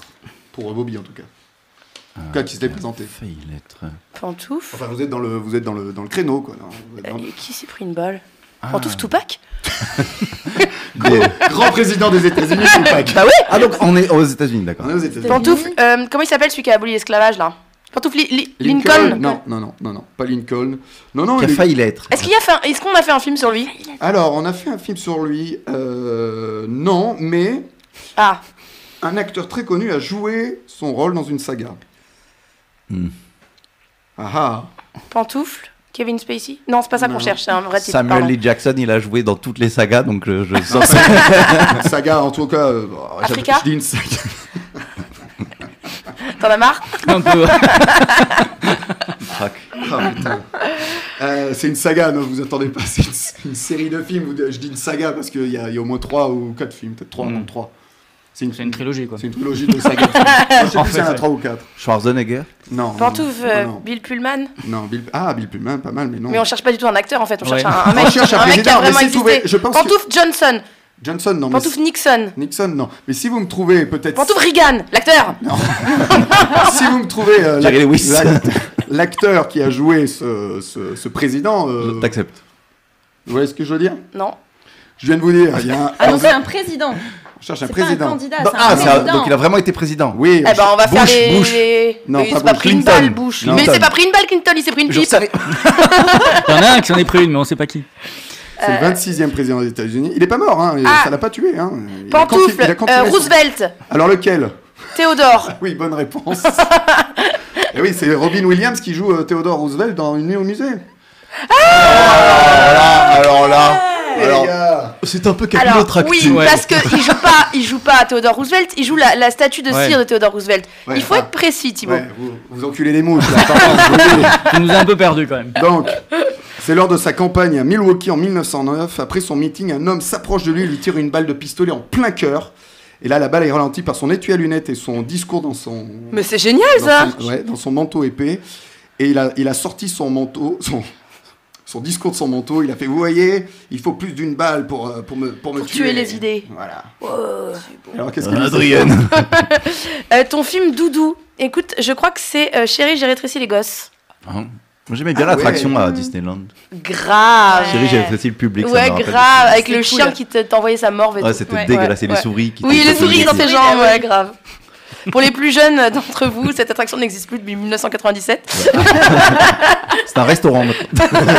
Pour Bobby en tout cas. En tout cas, qui s'était présenté.
Failli l'être.
Pantouf.
Enfin, vous êtes dans le, vous êtes dans le, dans le créneau quoi. dans- vous êtes dans le-
Euh, qui s'est pris une balle
Ah.
Pantouf Tupac
*laughs* Grand président Euh, des États-Unis, Tupac.
Bah oui
Ah, donc on est aux États-Unis, d'accord.
On est aux États-Unis.
Pantoufle, euh, comment il s'appelle celui qui a aboli l'esclavage là Pantoufle Li- Li- Lincoln.
Non, non, non, non, non, pas Lincoln. Non, non.
Qui a
il est-
failli l'être.
Est-ce qu'il y a fait un- est-ce qu'on Ah, a fait un film sur lui
Alors, on a fait un film sur lui. euh, non, mais
Ah,
un acteur très connu a joué son rôle dans une saga.
Hmm.
Ah ah.
Pantoufle Kevin Spacey Non, c'est pas ça qu'on
Non.
cherche, c'est un vrai titre.
Samuel
pardon.
Lee Jackson, il a joué dans toutes les sagas, donc je, je sens
saga, en tout cas. euh,
Africa
je dis une saga.
T'en as marre
Un peu.
crack.
Ah, putain. Euh, c'est une saga, ne vous attendez pas. C'est une, une série de films. vous- Je dis une saga parce qu'il y, a- il y a au moins 3 ou 4 films. Peut-être 3,
Mm.
non, 3.
C'est une trilogie, quoi.
C'est une trilogie
*laughs*
de saga. Je sais
En
plus s'il y
fait,
en a
ouais.
3 ou 4.
Schwarzenegger
Non.
Pantouf
non,
euh,
non,
Bill Pullman
non, Bill- Ah, Bill Pullman, pas mal, mais non.
Mais on cherche pas du tout un acteur en fait, on
Ouais.
cherche un, un mec,
On cherche un
un mec qui a
président, mais
vraiment
si
existé.
vous pouvez- je pense que-
Pantouf Johnson,
Johnson, non. mais
Pantouf Nixon,
Nixon, non. Mais si vous me trouvez peut-être.
Pantouf Reagan, l'acteur
*laughs* si vous me trouvez euh,
Jerry
l'ac-
Lewis.
l'ac- l'acteur qui a joué ce, ce- ce président. euh,
T'acceptes.
Vous voyez ce que je veux dire
Non.
Je viens de vous dire, il y a un.
Ah non, c'est un président.
on cherche un
c'est pas un
président.
candidat,
Non,
c'est un
ah,
Ah, c'est un-
Président.
donc il a vraiment été président. Oui.
Oui,
Eh ben, on va faire
Bush,
les.
Bush.
les-
Non,
Mais il
pas
s'est pas
Bush,
pris une
Clinton.
balle, Bush. Mais il
Clinton.
s'est pas pris une balle, Clinton, il s'est pris une
J'en
pipe.
sais rien.
Il y en a un qui s'en est pris une, mais on sait pas qui.
c'est le 26e président des États-Unis. Il est pas mort, hein.
Euh, Ah.
ça l'a pas tué. Hein. Il a continué-
Pantoufle,
il a continué
euh,
son-
Roosevelt,
Alors lequel
Théodore.
Oui, bonne
*laughs*
réponse. Et oui, c'est Robin Williams qui joue euh, Theodore Roosevelt dans Une nuit au musée.
Alors là,
Les gars.
c'est un peu
Alors, oui,
Ouais.
parce qu'il joue pas, il joue pas à Théodore Roosevelt, il joue la, la statue de
Ouais.
cire de Théodore Roosevelt.
Ouais,
il faut
ah.
être précis, Thibaut.
Ouais, vous, vous enculez les mouches. là, pardon, *laughs* je vous le dis.
Il nous a un peu perdu quand même.
Donc, c'est lors de sa campagne à Milwaukee en 1909. Après son meeting, un homme s'approche de lui et lui tire une balle de pistolet en plein cœur. Et là, la balle est ralentie par son étui à lunettes et son discours dans son,
Mais c'est génial ça
dans son, ouais, dans son manteau épais. Et il a, il a sorti son manteau, son, son discours de son manteau. Il a fait Vous voyez, il faut plus d'une balle pour, euh, pour me, pour me
Pour
tuer.
tuer les idées. Oh,
Voilà.
Wow.
Alors, qu'est-ce qu'il
Adrienne.
Euh, Ton film Doudou, écoute, je crois que c'est euh, Chérie, j'ai rétréci les gosses.
Hein Moi j'aimais bien
Ah ouais.
l'attraction à Disneyland.
Grave.
Chérie, j'ai apprécié le public. ça me
Ah, Ouais,
rappelle.
grave, avec
C'était
le
cool.
chien qui te- t'envoyait sa morve et
Ah,
tout.
c'était
Ouais.
dégueulasse. et
Ouais.
les souris qui
Oui,
t'ont
les
tapé
souris dans
pieds.
tes
Oui,
jambes,
bah
ouais,
oui.
grave. Pour les plus jeunes d'entre vous, cette attraction n'existe plus depuis 1997.
C'est un restaurant maintenant.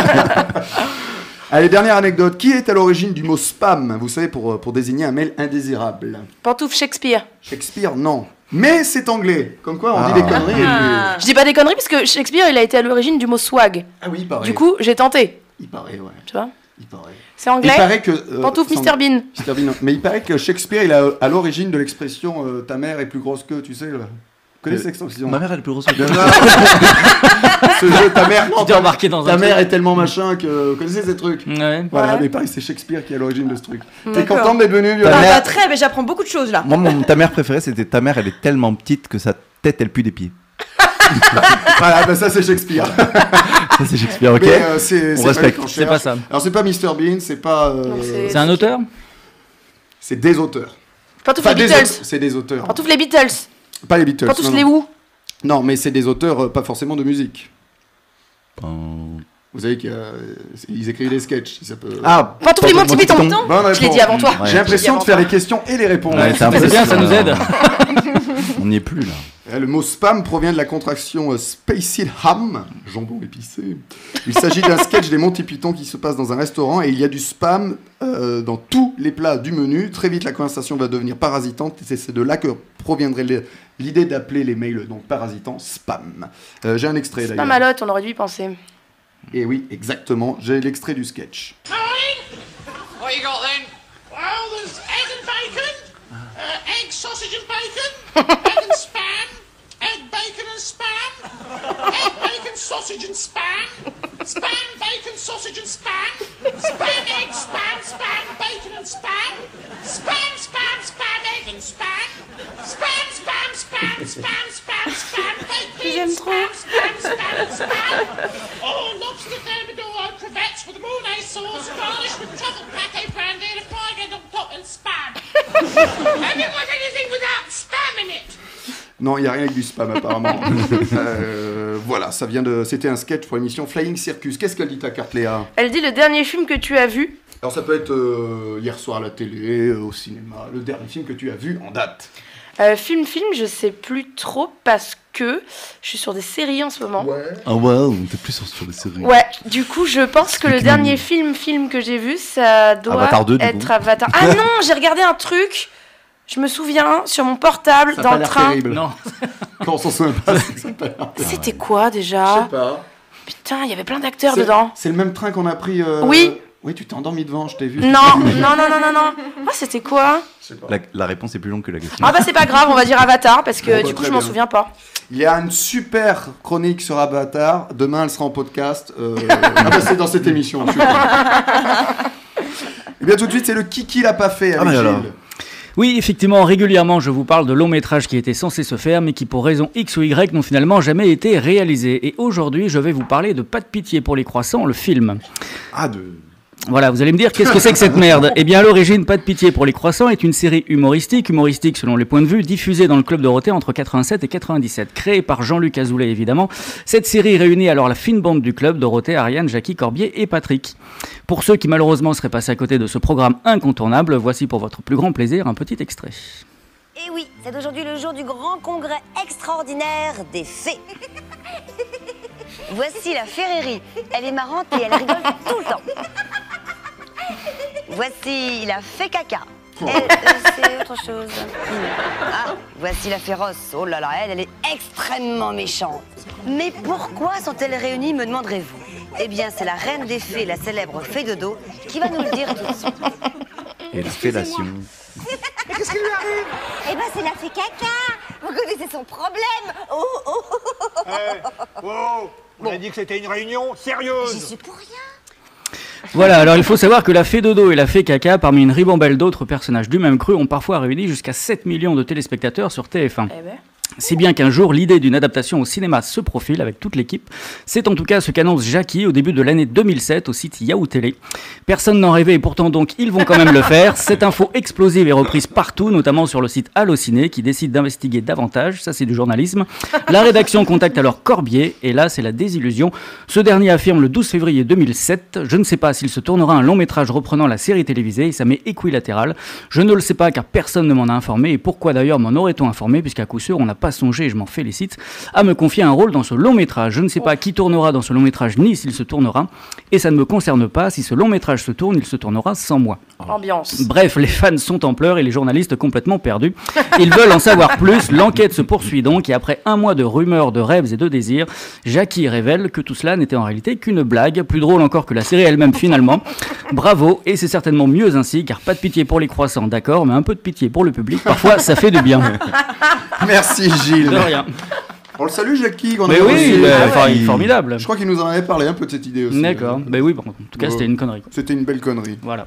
Allez, dernière anecdote. Qui est à l'origine du mot spam Vous savez, pour, euh, pour désigner un mail indésirable.
Pantoufle Shakespeare.
Shakespeare, non. Mais c'est anglais. Comme quoi, on dit
Ah.
des conneries. et puis- Ah,
Ah.
Je dis pas des conneries parce que Shakespeare, il a été à l'origine du mot swag.
oui, il paraît.
Du coup, j'ai tenté,
il paraît, ouais.
tu vois.
Il paraît.
C'est
Il
anglais.
paraît que. euh,
Pantoufle
sans-
Mr Bean.
Mr. Bean, non. Mais il paraît que Shakespeare, il est à l'origine de l'expression euh, ta mère est plus grosse que, tu sais. le- Vous connaissez cette
*laughs*
expression
Ma mère elle est plus grosse
Non,
que
non. *laughs* Ce jeu, ta mère. non,
Tu t'es
ta,
embarqué dans un.
ta mère
truc.
est tellement machin que. Vous connaissez ces trucs
Ouais.
Voilà,
Ouais.
mais pareil, c'est Shakespeare qui est à l'origine de ce truc. T'es
D'accord.
contente d'être venue,
Ta
Ah,
Viola
mère-
bah, très, mais j'apprends beaucoup de choses là.
*laughs* Moi, mon- ta mère préférée, c'était ta mère, elle est tellement petite que sa tête, elle pue des pieds.
Voilà, bah ça, c'est Shakespeare.
Ça, c'est Shakespeare, ok
Mais, euh, c'est c'est pas
respecte.
lui qu'on
C'est
cherche.
pas ça.
Alors c'est pas Mr Bean, c'est pas. euh,
Non, c'est-
C'est un auteur
c'est des auteurs.
Pantoufle les
des
Beatles.
auteurs, C'est des auteurs.
Pantoufle les Beatles.
Pas les Beatles.
Pantoufle
non,
les
non.
Who.
Non, mais c'est des auteurs, euh, pas forcément de musique.
Euh,
Vous savez qu'ils euh, écrivent des sketchs. Ça peut...
Ah
Pantoufle les Monty Python.
Bonne
Je l'ai
réponse.
dit avant toi.
Ouais.
J'ai l'impression de faire les questions et les réponses.
Ouais, c'est
Mais C'est bien,
impossible,
ça nous
là.
aide.
*laughs* On n'y est plus, là.
Euh, Le mot spam provient de la contraction euh, Spaced Ham, jambon épicé. Il s'agit d'un sketch des Monty Python qui se passe dans un restaurant et il y a du spam euh, dans tous les plats du menu. Très vite, la conversation va devenir parasitante et c'est- c'est de là que proviendrait le- l'idée d'appeler les mails donc parasitants spam. Euh, J'ai un extrait
C'est pas
d'ailleurs.
malotte, on aurait dû y penser.
Et Eh oui, exactement. J'ai l'extrait du sketch.
What you got then? Well, there's egg and bacon, uh, egg sausage and bacon, egg and spam, egg bacon and spam, egg bacon sausage and spam, spam bacon sausage and spam, spam egg spam spam bacon and spam, spam spam spam egg and spam, spam spam spam spam spam spam bacon and spam spam spam spam. Oh, lobster thermidor crevettes with mornay sauce, garnished with truffle pate brandy and a fried egg on top and spam. Have you got anything without spam in it?
Non, il n'y a rien avec du spam apparemment. Euh, voilà, ça vient de. C'était un sketch pour l'émission Flying Circus. Qu'est-ce qu'elle dit ta carte Léa
Elle dit le dernier film que tu as vu.
Alors ça peut être euh, hier soir à la télé, euh, au cinéma, le dernier film que tu as vu en date.
Euh, film, film, je sais plus trop parce que je suis sur des séries en ce moment. Ouais,
Ah waouh, on était plus sur, sur les séries.
du coup, je pense que le
Mm. Explique-nous.
dernier film, film que j'ai vu, ça doit
Avatar 2, du
être
coup.
Avatar. Ah non, j'ai regardé un truc. Je me souviens sur mon portable
Ça a
dans
pas
le
l'air
train.
terrible.
Non.
Quand on s'en souvient pas, c'est que ça a pas l'air terrible.
C'était quoi
Je
déjà
sais pas.
Putain, il y avait plein d'acteurs
C'est-
Ah. dedans.
C'est le même train qu'on a pris. euh,
Oui.
Oui, tu t'es endormi devant, je t'ai vu.
Non, non, non, non, non, non. Ah, c'était quoi
Je sais pas.
La, la réponse est plus longue que la question.
Ah bah c'est pas grave, on va dire Avatar parce que
Bon, bah,
du coup
très
je m'en
bien.
souviens pas.
Il y a une super chronique sur Avatar. Demain, elle sera en podcast.
*laughs*
Euh... ah bah, c'est dans cette émission. je suis con. Eh bien, tout de suite, c'est le Kiki l'a pas fait
Ah,
avec
mais alors.
Gilles.
Oui, effectivement, régulièrement, je vous parle de longs métrages qui étaient censés se faire, mais qui pour raison X ou Y n'ont finalement jamais été réalisés. Et aujourd'hui, je vais vous parler de Pas de pitié pour les croissants, le film.
Ah, de.
Voilà, vous allez me dire, qu'est-ce que c'est que cette merde Eh bien, à l'origine, Pas de pitié pour les croissants est une série humoristique, humoristique selon les points de vue, diffusée dans le Club Dorothée entre 87 et 97. Créée par Jean-Luc Azoulay, évidemment, cette série réunit alors la fine bande du Club, Dorothée, Ariane, Jackie, Corbier et Patrick. Pour ceux qui malheureusement seraient passés à côté de ce programme incontournable, voici pour votre plus grand plaisir un petit extrait.
Et oui, c'est aujourd'hui le jour du grand congrès extraordinaire des fées. Voici la ferrerie. Elle est marrante et elle rigole tout le temps. Voici la fée caca. Elle, euh, c'est autre chose. Ah, voici la féroce. Oh là là, elle, elle est extrêmement méchante. Mais pourquoi sont-elles réunies, me demanderez-vous Eh bien, c'est la reine des fées, la célèbre fée de dos, qui va nous le dire tout de suite.
Et la fellation.
Mais qu'est-ce qui lui arrive Eh ben, c'est la fée caca. Vous connaissez son problème. Oh, oh, oh.
Wow On a dit que c'était une réunion sérieuse
Voilà, alors il faut savoir que la fée Dodo et la fée Caca, parmi une ribambelle d'autres personnages du même cru, ont parfois réuni jusqu'à 7 millions de téléspectateurs sur TF1. Si bien qu'un jour, l'idée d'une adaptation au cinéma se profile avec toute l'équipe. C'est en tout cas ce qu'annonce Jackie au début de l'année 2007 au site Yahoo Télé. Personne n'en rêvait et pourtant donc ils vont quand même le faire. Cette info explosive est reprise partout, notamment sur le site Allociné qui décide d'investiguer davantage. Ça c'est du journalisme. La rédaction contacte alors Corbier et là c'est la désillusion. Ce dernier affirme le 12 février 2007. Je ne sais pas s'il se tournera un long métrage reprenant la série télévisée et ça m'est équilatéral. Je ne le sais pas car personne ne m'en a informé et pourquoi d'ailleurs m'en aurait-on informé puisqu'à coup sûr on n'a pas songé et je m'en félicite à me confier un rôle dans ce long métrage. Je ne sais pas qui tournera dans ce long métrage ni s'il se tournera et ça ne me concerne pas. Si ce long métrage se tourne, il se tournera sans moi.
Ambiance.
Bref, les fans sont en pleurs et les journalistes complètement perdus. Ils veulent en savoir plus. L'enquête se poursuit donc et après un mois de rumeurs, de rêves et de désirs, Jackie révèle que tout cela n'était en réalité qu'une blague, plus drôle encore que la série elle-même finalement. Bravo et c'est certainement mieux ainsi car pas de pitié pour les croissants, d'accord, mais un peu de pitié pour le public. Parfois, ça fait du bien.
Merci Gilles.
De rien.
On le salue Jackie. qu'on
Mais
a
oui,
reçu.
il est- enfin, il est formidable.
Je crois qu'il nous en avait parlé un peu de cette idée aussi.
D'accord. Ben oui, bon, en tout cas,
Ouais.
c'était une connerie.
C'était une belle connerie.
Voilà.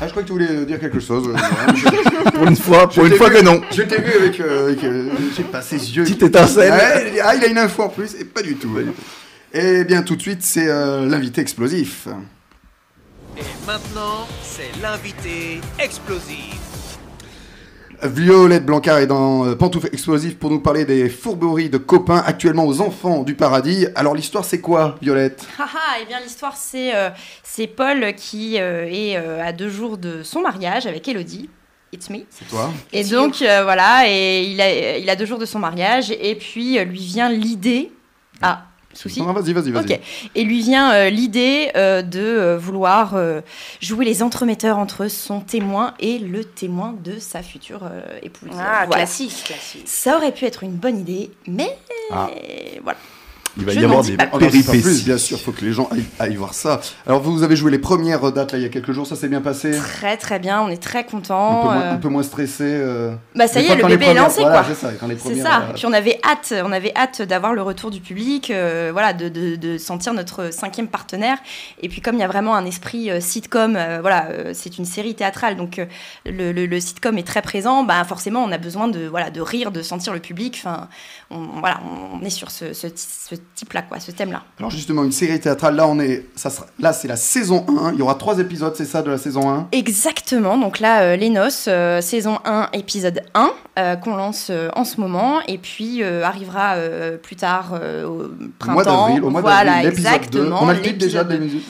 Ah, je crois que tu voulais dire quelque chose. euh,
Pour une fois, *laughs* pour une fois que non.
Je t'ai vu avec, euh, avec, euh, je sais pas, ses yeux.
Petite étincelle.
Ouais, il- ah, il a une info en plus, et pas du tout. Et bien tout de suite, c'est euh, l'invité explosif.
Et maintenant, c'est l'invité explosif.
Violette Blancard est dans euh, Pantoufles Explosives pour nous parler des fourberies de copains actuellement aux enfants du paradis. Alors l'histoire c'est quoi Violette
Ah ah, eh bien l'histoire c'est euh, c'est Paul qui euh, est euh, à deux jours de son mariage avec Elodie. It's me.
Toi
Et donc euh, voilà, et il a, il a deux jours de son mariage et puis euh, lui vient l'idée. Ah, souci.
Non, Vas-y, vas-y, vas-y.
Ok. Et lui vient euh, l'idée euh, de euh, vouloir euh, jouer les entremetteurs entre son témoin et le témoin de sa future euh, épouse.
Ah,
Voilà.
classique, classique.
Ça aurait pu être une bonne idée, mais
Ah.
voilà.
Il va
Je
y
n'en
avoir
dis
des
pas plus.
On en sait pas plus,
péripéties.
bien sûr, faut que les gens aillent, aillent voir ça. Alors vous avez joué les premières dates là il y a quelques jours, ça s'est bien passé
Très très bien, on est très
un, peu
contents.
moins,
euh,
un peu moins stressé. euh.
Bah ça
Des
y
fois,
est, le
quand les
bébé est
premières-
lancé
voilà,
quoi.
C'est ça, quand les
C'est
premières.
ça.
euh,
Puis on avait hâte, on avait hâte d'avoir le retour du public, euh, voilà, de, de- de sentir notre cinquième partenaire. Et puis comme il y a vraiment un esprit euh, sitcom, euh, voilà, euh, c'est une série théâtrale, donc euh, le, le- le sitcom est très présent. Bah forcément, on a besoin de voilà, de rire, de sentir le public. Enfin, on, voilà, on est sur ce, ce, ti- ce type-là, quoi, ce thème-là.
Alors justement, une série théâtrale, là on est, ça sera- là c'est la saison 1, il y aura trois épisodes, c'est ça, de la saison 1
Exactement, donc là, euh, Les Noces, euh, saison 1, épisode 1, euh, qu'on lance euh, en ce moment, et puis euh, arrivera euh, plus tard euh, au
Au mois
printemps.
d'avril, au mois
voilà,
d'avril, l'épisode 2.
exactement.
On a le titre déjà
l'épisode
de la
deux.
musique.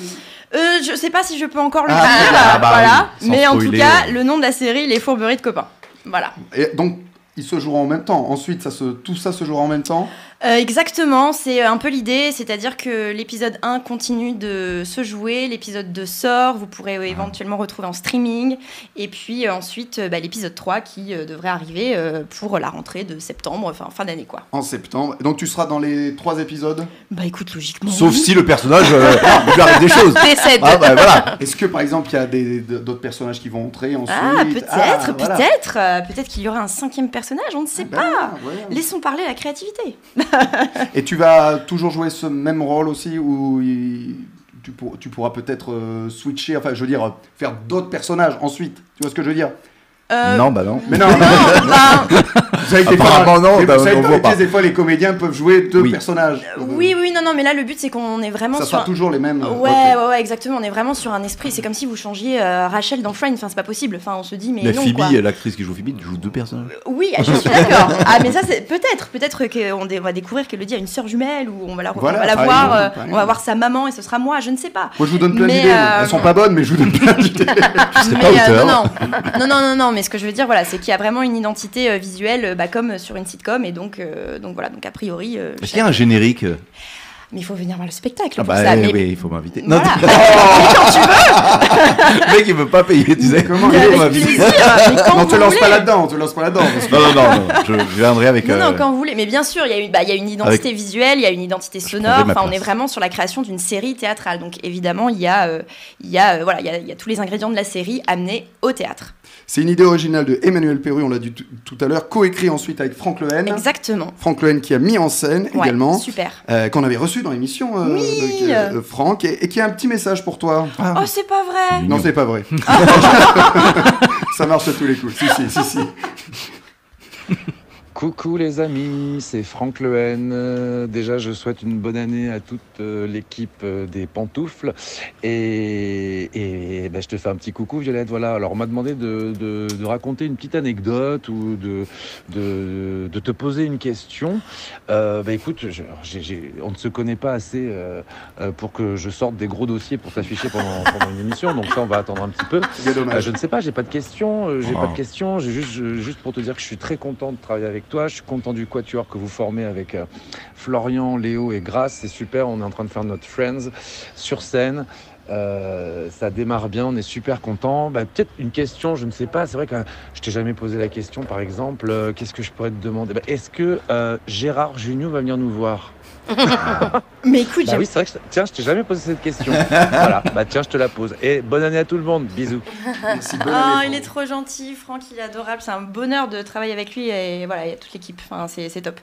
Euh, Je sais pas si je peux encore le
Ah,
dire,
ah,
euh,
bah
voilà,
oui, sans
mais en tout
spoiler.
cas, le nom de la série, Les Fourberies de copains. Voilà.
Et donc, ils se joueront en même temps. Ensuite, ça se, tout ça se jouera en même temps.
Euh, exactement, c'est euh, un peu l'idée, c'est-à-dire que l'épisode 1 continue de se jouer, l'épisode 2 sort, vous pourrez
Ah.
euh, éventuellement retrouver en streaming, et puis euh, ensuite euh, bah, l'épisode 3 qui euh, devrait arriver euh, pour la rentrée de septembre, enfin fin d'année quoi.
En septembre. Et Donc, tu seras dans les trois épisodes.
Bah écoute, logiquement.
Sauf
oui.
si le personnage *laughs* euh, lui arrive des choses.
Décède.
Ah bah voilà.
Est-ce que, par exemple, il y a des- d'autres personnages qui vont entrer ensuite
Ah, peut-être,
Ah, voilà.
peut-être, Ah, euh, peut-être qu'il y aura un cinquième personnage, on ne sait
Ben,
pas.
voilà.
Laissons parler la créativité.
Et tu vas toujours jouer ce même rôle aussi où il- tu, pour- tu pourras peut-être euh, switcher, enfin, je veux dire, euh, faire d'autres personnages ensuite. Tu vois ce que je veux dire
Euh, *laughs*
Non, bah non.
Mais non,
Non, ben,
savez que des fois-
Apparemment, non,
mais
bah,
vous savez
on
pas,
voit
mais
pas.
Des fois, les comédiens peuvent jouer deux personnages.
Oui, oui, non, non, mais là le but c'est qu'on est vraiment
Euh. Ça
sur.
sera
un-
toujours les mêmes, euh,
Ouais,
ok.
Ah,
ouais, ouais, exactement. On est vraiment sur un esprit. C'est comme si vous changiez euh, Rachel dans Friends. Enfin, c'est pas possible. Enfin, on se dit, mais,
Mais
non.
Phoebe,
quoi.
l'actrice qui joue Phoebe, elle joue deux personnages.
Oui,
*laughs*
je suis d'accord. Ah, mais ça, c'est peut-être, peut-être qu'on dé- on va découvrir que Lydie a une sœur jumelle ou on va la, on
Voilà,
va la
par
voir, euh,
exemple, par
on va
exemple.
voir sa maman et ce sera moi. Je ne sais pas.
Moi, je vous donne plein
Mais,
d'idées.
euh,
Elles sont pas bonnes, mais je vous donne
*laughs*
plein d'idées.
mais, euh, non, non, non, non, non, non, Mais ce que je veux dire, voilà, c'est qu'il y a vraiment une identité euh, visuelle, euh, bah, comme sur une sitcom, et donc, euh, donc voilà, donc a priori. euh,
Est-ce qu'il y a un générique euh
Mais il faut venir voir le spectacle
Ah
pour
bah
ça.
eh
mais-
oui, il faut m'inviter.
Voilà.
Non,
Mais quand tu
*laughs*
veux.
le mec il veut pas payer, tu sais. Comment
il est, avec
mais
*laughs*
quand
on te
vous
lance pas
voulez.
là-dedans, on te lance pas là-dedans. parce que-
Non, non, non, non, je, je viendrai avec.
Non, non,
euh,
quand vous voulez. Mais bien sûr, il y, a une- bah, il y a une identité
Avec-
visuelle, il y a une identité sonore.
prendrai ma
Enfin, on
place.
est vraiment sur la création d'une série théâtrale. Donc, évidemment, il y a, euh, il y a, euh, voilà, il y a, il y a tous les ingrédients de la série amenés au théâtre.
C'est une idée originale de Emmanuel Perru, on l'a dit tout- tout à l'heure, coécrit ensuite avec Franck
Ah.
Lehen.
Exactement.
Franck Lehen qui a mis en scène
Ouais,
également.
super.
euh, qu'on avait reçu dans l'émission, euh,
Oui.
de- euh, de Franck, et, et qui a un petit message pour toi.
Ah,
Oh, c'est pas vrai.
non, c'est
*laughs*
pas vrai. *laughs* Ça marche à tous les coups. Si, si, si, si.
Coucou les amis, c'est Franck Lehen. Euh, Déjà, je souhaite une bonne année à toute euh, l'équipe euh, des pantoufles. Et, et, ben, je te fais un petit coucou, Violette. Voilà. Alors, on m'a demandé de, de- de raconter une petite anecdote ou de, de, de te poser une question. Euh, ben, écoute, je- j'ai- j'ai- on ne se connaît pas assez euh, euh, pour que je sorte des gros dossiers pour t'afficher pendant, pendant une émission. Donc ça, on va attendre un petit peu. Euh, je ne sais pas, j'ai pas de questions. euh, J'ai pas
Oh.
de questions. J'ai juste, je- juste pour te dire que je suis très content de travailler avec toi. Je suis content du quatuor que vous formez avec euh, Florian, Léo et Grace. C'est super. On est en train de faire notre Friends sur scène. Euh, ça démarre bien, on est super content. Bah, Peut-être une question, je ne sais pas. C'est vrai que euh, je t'ai jamais posé la question, par exemple. euh, Qu'est-ce que je pourrais te demander Bah, Est-ce que euh, Gérard Junior va venir nous voir
Mais écoute,
Bah
j'ai-
oui, c'est vrai que je- tiens, je t'ai jamais posé cette question. voilà, bah tiens, je te la pose. Et bonne année à tout le monde. Bisous.
Oh, il est trop gentil, Franck, il est adorable. C'est un bonheur de travailler avec lui et voilà, il y a toute l'équipe. Enfin, c'est c'est top.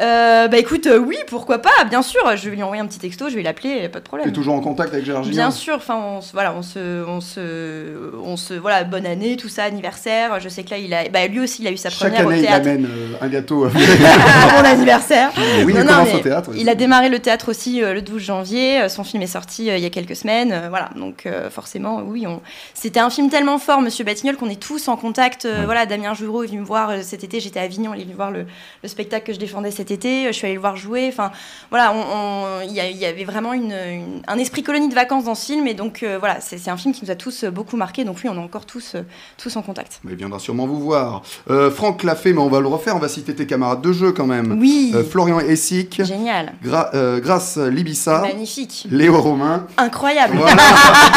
Euh, bah écoute, euh, oui, pourquoi pas, bien sûr. Je vais lui envoyer un petit texto, je vais l'appeler, pas de
T'es
problème.
toujours en contact avec Gérard
Bien
Gillard
sûr, enfin, on se, voilà, on se, on se, on se, voilà, bonne année, tout ça, anniversaire. Je sais que là, il a, bah, lui aussi, il a eu sa
Chaque
première
année,
au
il
théâtre.
amène euh,
*laughs*
un gâteau.
à mon anniversaire.
Oui, il commence au
mais
théâtre, oui.
Il a démarré le théâtre aussi euh, le 12 janvier. Euh, Son film est sorti euh, il y a quelques semaines. Euh, voilà, donc euh, forcément, oui, on... c'était un film tellement fort, Monsieur Batignol, qu'on est tous en contact. Euh, Voilà, Damien Joureau est venu me voir euh, cet été. J'étais à Avignon, il est venu voir le, le spectacle que je défendais cet été. Euh, Je suis allée le voir jouer. Enfin, voilà, on- on- il y, a- il y avait vraiment une, une- un esprit colonie de vacances dans ce film. Et donc, euh, voilà, c'est c'est un film qui nous a tous euh, beaucoup marqué. Donc, oui, on est encore tous, euh, tous en contact.
Mais il viendra sûrement vous voir. Euh, Franck l'a fait, mais on va le refaire. On va citer tes camarades de jeu quand même.
Oui.
Euh, Florian Essic,
Génial.
Gra- euh, Grace Libissa,
Eh ben, Magnifique.
Léo Romain.
Incroyable. *laughs*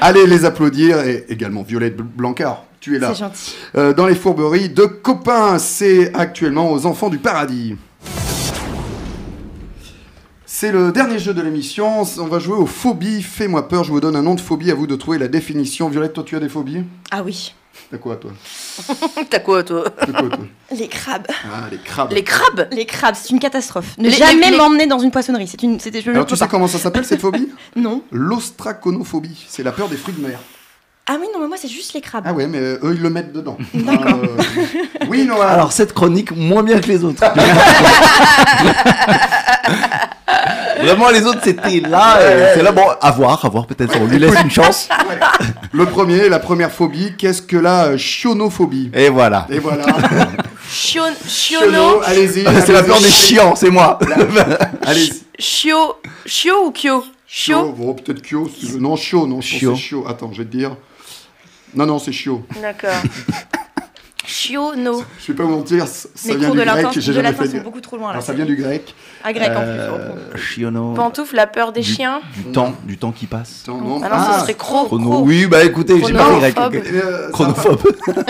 Allez les applaudir et également Violette Bl- Blancard. Tu es là.
C'est gentil.
Euh, dans les fourberies de copains, c'est actuellement aux enfants du paradis. C'est le dernier jeu de l'émission. On va jouer aux phobies. Fais-moi peur. Je vous donne un nom de phobie. À vous de trouver la définition. Violette, toi, tu as des phobies
Ah oui.
T'as quoi, toi
T'as quoi, toi
T'as quoi, toi
Les crabes.
Ah, les crabes.
Les crabes
Les crabes, c'est une catastrophe. Ne
Les-
jamais
les- les-
m'emmener dans une poissonnerie. C'est une, c'était je
Alors,
ne
tu
peux
sais
pas.
comment ça s'appelle cette phobie *laughs*
Non.
L'ostraconophobie. C'est la peur des fruits de mer.
Ah oui, non, mais moi c'est juste les crabes.
Ah ouais, mais euh, eux, ils le
*laughs*
mettent dedans. Euh, Oui, Noah.
Alors, cette chronique, moins bien que les *laughs* autres. Vraiment, les autres, c'était là. euh, C'est là, bon, à voir, à voir, peut-être. On lui laisse une chance.
Le premier, la première phobie, qu'est-ce que la euh, chionophobie
Et voilà.
Et voilà.
Chion...
Chiono,
*laughs* Chiono
allez-y.
Ah, C'est la
allez-y.
peur des chiants, c'est moi.
Allez-y.
Chio... Chio ou Kyo
Chio Bon, peut-être Kyo, si tu veux. Non, Chio, non, je pense
Chio.
que c'est Chio. Attends, je vais te dire. Non, non, c'est Chio.
D'accord. Chiono.
Je vais pas vous mentir, c- ça
Mes
vient
cours
du
de latin-
grec. J'ai
de
jamais
latin
fait
sont
dire.
beaucoup trop loin, là,
Alors, ça
c'est-
vient du Euh, grec.
Ah, grec, en plus,
*laughs* Chiono.
Pantoufle, la peur des chiens.
Du temps, du temps qui passe.
non.
Ah non, ce serait cro...
Chrono-
cro-
Oui, bah écoutez, j'ai pas fait grec.
Chronophobe.
Euh, ça
Chronophobe.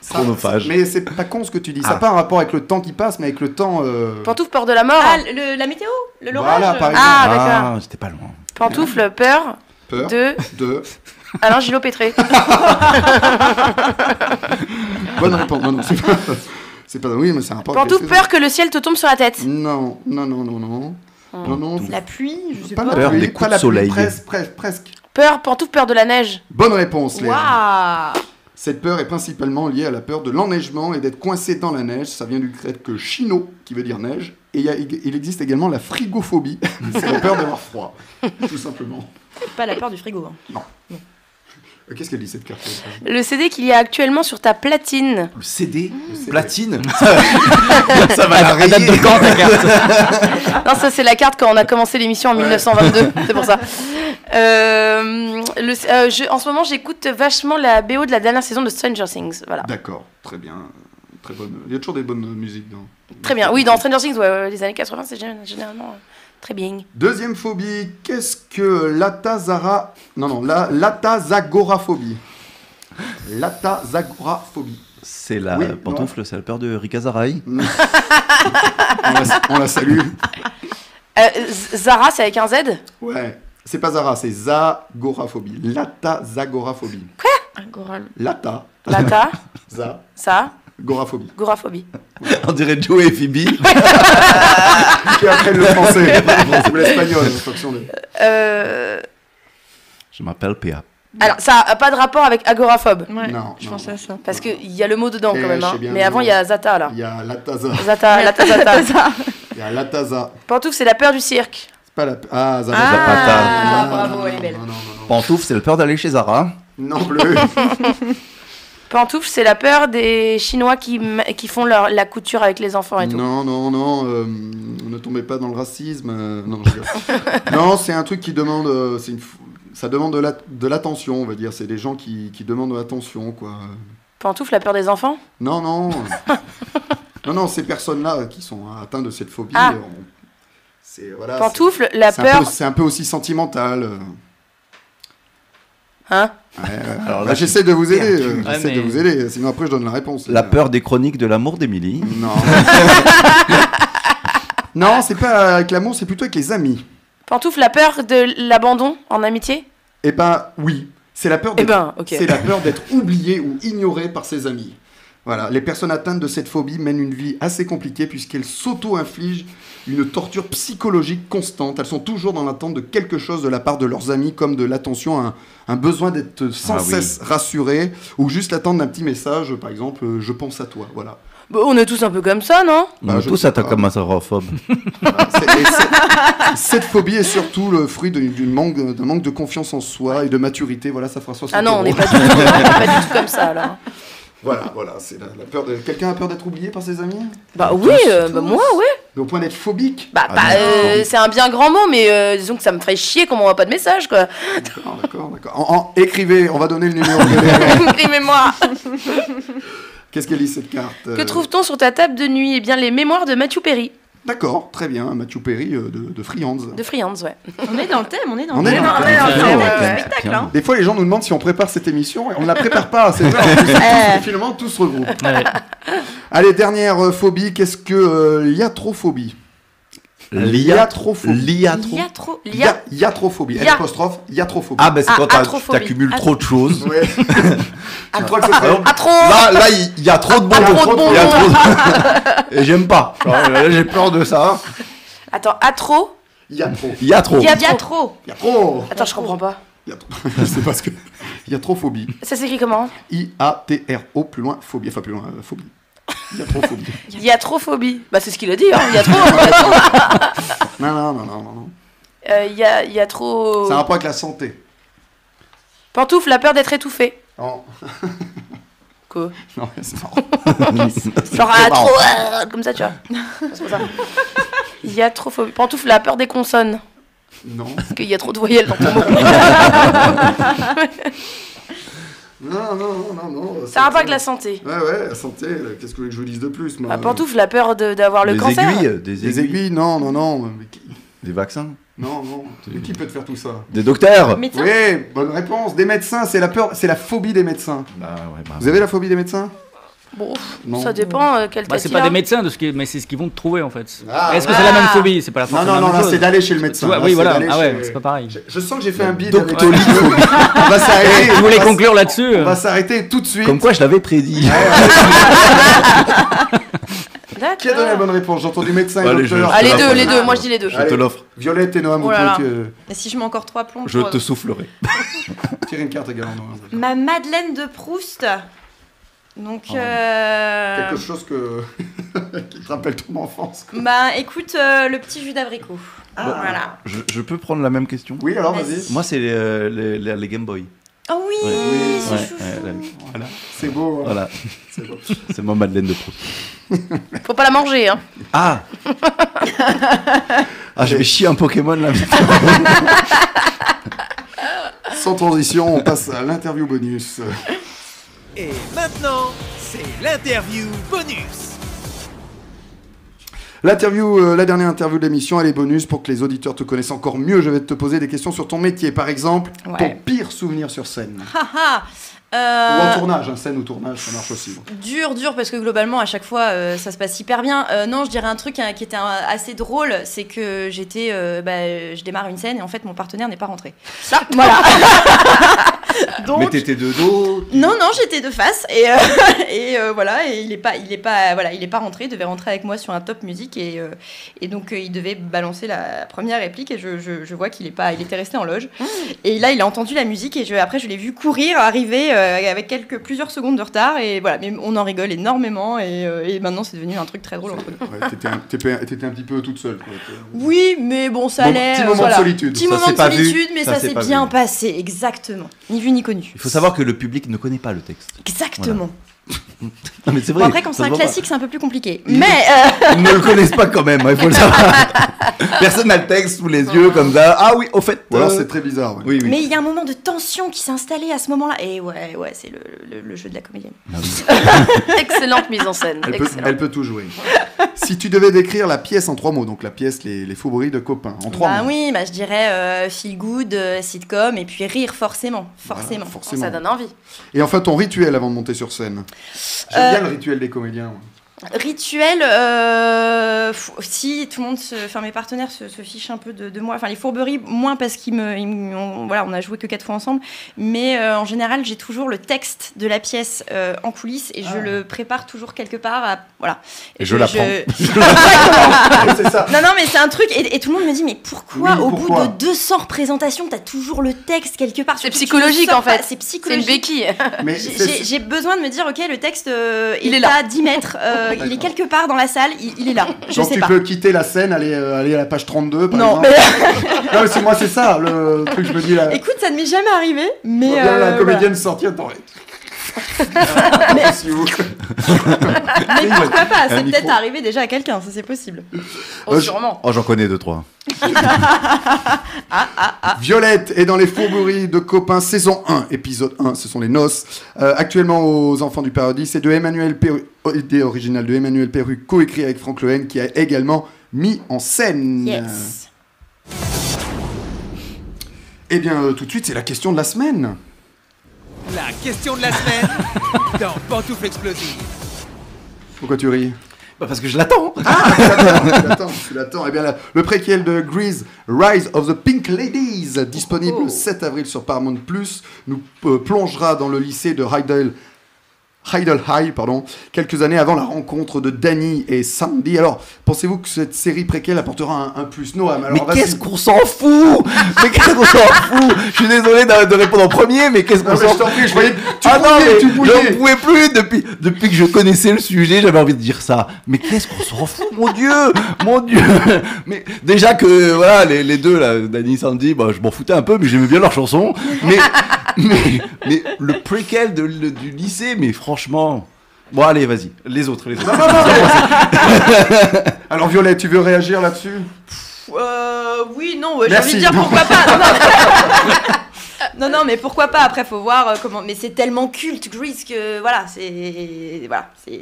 Ça-
Chronophage.
Mais c'est pas con ce que tu dis. Ça
Ah.
n'a pas un rapport avec le temps qui passe, mais avec le temps. euh,
Pantoufle, peur de la mort.
Ah, le- la météo le- L'orage euh,
Voilà, par exemple.
Ah, d'accord.
j'étais pas loin.
Pantoufle, peur
Peur
de
de.
Alain Gillot-Pétré.
Bonne réponse. Non, non, c'est pas. *laughs* C'est pas. Oui, mais c'est un rapport. avec les
Pantoufle,
saisons.
peur que le ciel te tombe sur la tête.
Non, non, non, non, non.
Oh.
Non, non.
La pluie, je sais
Pas
pas.
la
Peur
pluie,
des
pas
coups de
la pluie,
soleil.
Presque, presque, presque.
Peur, pantoufle, peur de la neige.
Bonne réponse, Léa.
Waouh
Cette peur est principalement liée à la peur de l'enneigement et d'être coincé dans la neige. Ça vient du grec que chino, qui veut dire neige. Et il, y a- il existe également la frigophobie. *laughs* C'est la peur d'avoir froid, tout simplement.
Pas la peur du frigo. hein.
Non. Euh, Qu'est-ce qu'elle dit cette carte
Le CD qu'il y a actuellement sur ta platine.
Le CD
Platine
*laughs* Ça va la
Elle date
rayer.
de quand, *laughs* ta
non, ça c'est la carte quand on a commencé l'émission en 1922, c'est pour ça. Euh, le- euh, je- en ce moment, j'écoute vachement la BO de la dernière saison de Stranger Things. Voilà.
D'accord, très bien. Très bonne. Il y a toujours des bonnes euh, musiques dans.
Très bien. Oui, dans Stranger Things, ouais, ouais, les années 80, c'est gén- généralement euh, très bien.
Deuxième phobie, qu'est-ce que l'atazara... Non, non, la, l'atazagoraphobie. L'atazagoraphobie.
C'est la
Oui,
pantoufle, c'est la peur de Rika Zaraï.
on la salue.
Euh, Z- Zara, c'est avec un Z
Ouais. C'est pas Zara, c'est Zagoraphobie. L'atazagoraphobie. L'ata.
Lata,
Za.
ça,
Goraphobie.
goraphobie.
*laughs* On dirait Joe et Phoebe.
Qui apprennent le français. Ou l'espagnol, en fonction de-
Euh,
Je m'appelle PA.
alors, ça a pas de rapport avec agoraphobe.
Non,
je pensais à ça. Parce qu'il y a le mot dedans
Eh,
quand même.
je
hein.
sais bien,
Mais avant,
non.
il y a Zata là.
Il y a l'ataza. *laughs*
Zata, Lata, Zata.
Il y a l'ataza.
Pantouf, c'est la peur du cirque.
C'est pas la. Ah, Zara.
Ah,
Non,
bravo,
non,
elle est
non,
belle.
non, non,
Pantoufle, c'est la peur d'aller chez Zara.
non.
*laughs*
Non plus.
Pantouf, c'est la peur des Chinois qui, m- qui font leur, la couture avec les enfants et tout.
Non, non, non, euh, ne tombez pas dans le racisme. euh, non,
*laughs*
je rigole. non, c'est un truc qui demande, euh, c'est une, f- ça demande de la- de l'attention, on va dire. C'est des gens qui, qui demandent de l'attention, quoi.
Pantouf, la peur des enfants *laughs*
Non, non, non, non, ces personnes-là qui sont atteintes de cette phobie.
Ah.
euh, on- c'est voilà.
Pantoufle,
c'est-
la
c'est un peu-
peur-
C'est un peu aussi sentimental. euh.
Hein
Ouais, ouais.
Alors Ah, là,
Bah, j'essaie de vous aider. euh,
Ouais,
j'essaie de
mais-
vous aider. Sinon après, je donne la réponse.
La peur des chroniques de l'amour d'Émilie.
Non. *laughs* non, c'est pas avec l'amour, c'est plutôt avec les amis.
Pantouf, la peur de l'abandon en amitié
Eh ben oui, c'est la peur
Eh
d'être
ben, ok.
*laughs* c'est la peur d'être oublié ou ignoré par ses amis. Voilà, les personnes atteintes de cette phobie mènent une vie assez compliquée puisqu'elles s'auto-infligent une torture psychologique constante. Elles sont toujours dans l'attente de quelque chose de la part de leurs amis, comme de l'attention, un, un besoin d'être sans
Ah oui.
cesse rassuré, ou juste l'attente d'un petit message, par exemple, euh, je pense à toi. Voilà.
Bah, On est tous un peu comme ça, non
On est
je
tous
sais
attaqués
pas.
comme un saurophobe.
C'est- et c'est- cette phobie est surtout le fruit d'une- d'une manque- d'un manque de confiance en soi et de maturité. Voilà, ça fera 60
Ah non, on
euros.
n'est pas, du tout- on n'est pas du tout comme ça alors.
Voilà, voilà, c'est la, la peur de. Quelqu'un a peur d'être oublié par ses amis
Bah oui, euh, bah, moi, ouais.
Mais au point d'être phobique
Bah, bah, euh, c'est un bien grand mot, mais euh, disons que ça me ferait chier qu'on m'envoie pas de message quoi.
D'accord, d'accord, d'accord. En- en- écrivez, on va donner le numéro. de
*laughs*
l'erreur.
Imprimez-moi
Qu'est-ce qu'elle dit cette carte euh,
Que trouve-t-on sur ta table de nuit Eh bien, les mémoires de Mathieu Perry,
D'accord, très bien, Mathieu Perry euh, de, de Friands.
de Friands, ouais.
On est dans le thème, on est dans
On
le
est
thème.
dans le
Ouais,
thème.
ouais, ouais,
Bien, on est
ouais,
dans le
ouais,
thème.
spectacle,
Bien.
hein.
Des fois, les gens nous demandent si on prépare cette émission et on ne la prépare pas. C'est
*laughs*
vrai, en plus,
Eh.
tous- finalement, tout se regroupe. Allez, dernière euh, phobie, qu'est-ce que euh, l'iatrophobie L'iatrophobie.
Liatro.
Liatro-
Lia- Iatrophobie.
Lia-
L'apostrophe, iatrophobie.
Ah, ben c'est
Ah,
quand t'as-
atrophobie.
t'accumules
Atro-
trop de
*laughs*
choses.
Ouais.
Tu
crois
vois,
que c'est
alors,
vrai
Atro
Là, là, il il y a trop de bonbons.
trop de
Il y a
bonbons.
trop de- Et j'aime pas. Genre, là, J'ai peur de ça.
Attends, Atro
Iatro.
Il y a trop.
Yatro
Iatro.
Attends, je comprends pas.
Je sais pas *laughs* ce que. Iatrophobie.
Ça s'écrit comment
I-A-T-R-O, plus loin, phobie. Enfin, plus loin, euh, phobie. *laughs* Iatrophobie.
Iatrophobie. Bah, c'est ce qu'il a dit, hein. Yatro Yatro.
non, non, non, non, non, non.
*laughs* Euh, ya- Yatro.
Ça a un rapport avec la santé.
Pantoufle, la peur d'être étouffé.
Non. *laughs*
Quoi
Non, c'est marrant.
Genre,
C'est marrant.
Atro euh, Comme ça, tu vois. C'est pour ça. Iatrophobie. Pantoufle, la peur des consonnes.
Non.
Parce qu'il y a trop de voyelles dans ton *laughs* mot.
Non, non, non, non, non.
Ça a un rapport avec la santé.
Ouais, ouais, la santé, euh, qu'est-ce que vous voulez que je vous dise de plus moi
Ah, pantoufle, la peur de- d'avoir le
des
cancer.
aiguilles, des
Des
aiguilles,
aiguilles, non, non, non. mais qui-
des vaccins,
Non, non. Mais qui peut te faire tout ça
des docteurs.
Médecins.
Oui, bonne réponse. Des médecins, c'est la peur, c'est la phobie des médecins.
Bah, ouais, bah,
Vous avez la phobie des médecins
Bon,
Non.
ça dépend euh, quel
Bah,
tête
c'est
il
pas
a.
des médecins, de ce qui... mais c'est ce qu'ils vont te trouver en fait.
Ah,
Est-ce que
ah.
c'est la même phobie C'est pas la
Non,
forcément
non,
la
non,
même
là,
chose.
c'est d'aller chez le
Tu
médecin.
vois,
Là,
oui,
c'est
voilà,
d'aller
ah ouais,
chez-
c'est pas pareil.
Je- Je sens que j'ai fait un bide.
Doctolib.
avec- on va s'arrêter.
Je voulais
Ah, bah, on va s-
conclure là-dessus. euh,
Ah,
On va s'arrêter tout de suite.
Comme quoi, je l'avais prédit.
D'accord.
Qui a donné la bonne réponse J'entends du médecin et
Allez, je-
docteur.
Ah, les deux, les deux, moi je dis les deux.
*laughs* Je te l'offre.
Violette et Noam, vous
Oh là là.
pouvez, euh,
Et si je mets encore trois plombs
Je
pour-
te soufflerai.
tirer une carte également. Noam.
Ma Madeleine de Proust. Donc. euh,
Oh. Quelque chose que... *laughs* qui te rappelle ton enfance. quoi.
Bah écoute, euh, le petit jus d'abricot.
Ah.
Bon,
Voilà.
je, je peux prendre la même question
Oui, alors,
Vas-y. vas-y.
Moi, c'est euh, les, les- les Game Boy.
Oh oui,
Ouais.
c'est
Ouais,
chou-
ouais, la-
Voilà. C'est beau. hein.
Voilà.
C'est beau.
C'est ma Madeleine de Proust.
Faut pas la
*laughs*
manger, hein.
Ah Ah, je vais chier un Pokémon là.
Ah,
Sans transition, on passe à l'interview bonus.
Et maintenant, c'est l'interview bonus.
L'interview, euh, la dernière interview de l'émission, elle est bonus pour que les auditeurs te connaissent encore mieux. Je vais te poser des questions sur ton métier, par exemple,
Ouais.
ton pire souvenir sur scène
Ah, ah.
ou en
Euh,
tournage. hein, scène ou tournage, ça marche aussi. bon.
Dur, dur, parce que globalement, à chaque fois, euh, ça se passe hyper bien. Euh, non, je dirais un truc hein, qui était euh, assez drôle, c'est que j'étais, euh, bah, euh, je démarre une scène et en fait, mon partenaire n'est pas rentré. Ça, voilà.
Mais
Donc,
t'étais de dos.
non, non, j'étais de face et, euh, *laughs* et euh, voilà, et il est pas, il est pas, voilà, il est pas rentré. Il devait rentrer avec moi sur un top musique et, euh, et donc euh, il devait balancer la première réplique et je, je- je vois qu'il est pas, il était resté en loge. Et là, il a entendu la musique et je, après, je l'ai vu courir, arriver euh, avec quelques plusieurs secondes de retard et voilà. Mais on en rigole énormément et, euh, et maintenant c'est devenu un truc très drôle entre nous.
Ouais, t'étais, un, t'étais- t'étais un petit peu toute seule. quoi.
Oui, mais bon, ça
Bon,
allait.
petit
euh,
moment de
voilà.
solitude.
Petit
Ça
moment
s'est
de
pas vu,
solitude, mais
ça
ça,
s'est
s'est
pas
bien
vu.
passé, exactement. Ni vu ni connu.
Il faut savoir que le public ne connaît pas le texte.
Exactement.
Non, mais c'est
Bon,
vrai.
après, quand
ça se
c'est un
voit pas.
classique, c'est un peu plus compliqué. Mais euh,
Ils ne le connaissent pas quand même, hein, il faut le
*laughs*
savoir. Personne n'a le texte sous les yeux comme ça. Ah oui, au fait.
Ou alors
euh,
c'est très bizarre. ouais.
Oui, oui.
Mais il y a un moment de tension qui s'est installé à ce moment-là. Et ouais, ouais, c'est le, le- le jeu de la comédienne.
Excellente mise en scène.
Ah,
Elle, peut,
Excellent.
elle peut tout jouer. si tu devais décrire la pièce en trois mots, donc la pièce Les, les fourberies de copains, en trois
Bah
mots.
oui, bah, je dirais euh, feel good, euh, sitcom, et puis rire, forcément.
Voilà,
Forcément.
forcément.
Ça donne envie.
Et enfin ton rituel avant de monter sur scène. J'aime
Euh,
bien le rituel des comédiens. ouais.
Rituel, euh, f- si tout le monde, se, enfin mes partenaires se, se fichent un peu de, de moi, enfin les fourberies, moins parce qu'ils me, ils me- on, voilà, on a joué que quatre fois ensemble, mais euh, en général j'ai toujours le texte de la pièce euh, en coulisses et
Ah.
je le prépare toujours quelque part, à- voilà.
Et je l'apprends.
*laughs* Exactement.
C'est ça.
Non, non, mais c'est un truc, et, et tout le monde me dit, mais pourquoi
Oui,
au
pourquoi
bout de 200 représentations, t'as toujours le texte quelque part
C'est
Surtout que tu
psychologique
le sors
en fait.
pas, C'est
C'est une
psychologique.
béquille.
Mais
J'ai-
c'est-
J'ai j'ai besoin de me dire, ok, le texte, euh,
Il
il,
est
est
là.
à 10 mètres, euh, il est
D'accord.
quelque part dans la salle, il, il est là. Je
Donc
sais
tu
pas.
peux quitter la scène, aller, euh, aller à la page 32 par
Non,
exemple.
*laughs*
Non, mais c'est moi, c'est ça le truc que je me dis là.
mais écoute, ça ne m'est jamais arrivé, mais.
Bien, la
euh,
comédienne sortir dans les.
*laughs*
Merci beaucoup.
voilà. Mais pourquoi pas
Un
C'est
micro.
peut-être arrivé déjà à quelqu'un, ça c'est possible.
Oh,
Euh,
sûrement.
Oh, j'en connais deux, trois.
Violette est dans les fourberies de copains saison 1, épisode 1, ce sont les noces. Euh, actuellement aux Enfants du Paradis, c'est de Emmanuel Perru, oh, idée originale de Emmanuel Perru, coécrit avec Franck Lehen, qui a également mis en scène.
Yes.
Eh bien, euh, tout de suite, c'est la question de la semaine.
La question de la semaine
*laughs*
dans Pantoufle Explosive.
Pourquoi tu ris
Bah, parce que je l'attends.
Tu l'attends, tu l'attends. Eh bien, la- le préquel de Grease, Rise of the Pink Ladies, disponible
Oh.
le 7 avril sur Paramount+, nous euh, plongera dans le lycée de Heidel, Heidel High, pardon, quelques années avant la rencontre de Danny et Sandy. Alors, pensez-vous que cette série préquelle apportera un, un plus Noam, alors
mais
vas-y.
qu'est-ce qu'on s'en
*laughs*
fout Mais qu'est-ce qu'on s'en fout Je suis désolé de, de répondre en premier, mais qu'est-ce qu'on
Non, mais
s'en
je t'en
fout
prie, je voyais que tu
Ah non,
bouillais,
mais
tu
je
bouillais.
ne pouvais plus depuis, depuis que je connaissais le sujet, j'avais envie de dire ça. Mais qu'est-ce qu'on s'en fout Mon Dieu Mon Dieu Mais déjà que voilà, les, les deux, là, Danny et Sandy, bah, je m'en foutais un peu, mais j'aimais bien leur chanson.
*laughs*
Mais, mais, mais le préquel de- le- du lycée, mais franchement. Bon, allez, vas-y, les autres, les autres.
Alors, Violette, tu veux réagir là-dessus
Euh, oui, non, ouais, j'ai
Merci.
envie de
*laughs*
dire pourquoi pas. Non, non, *laughs* non, mais pourquoi pas Après, faut voir euh, comment. Mais c'est tellement culte, Grease, que voilà, c'est. Voilà, c'est.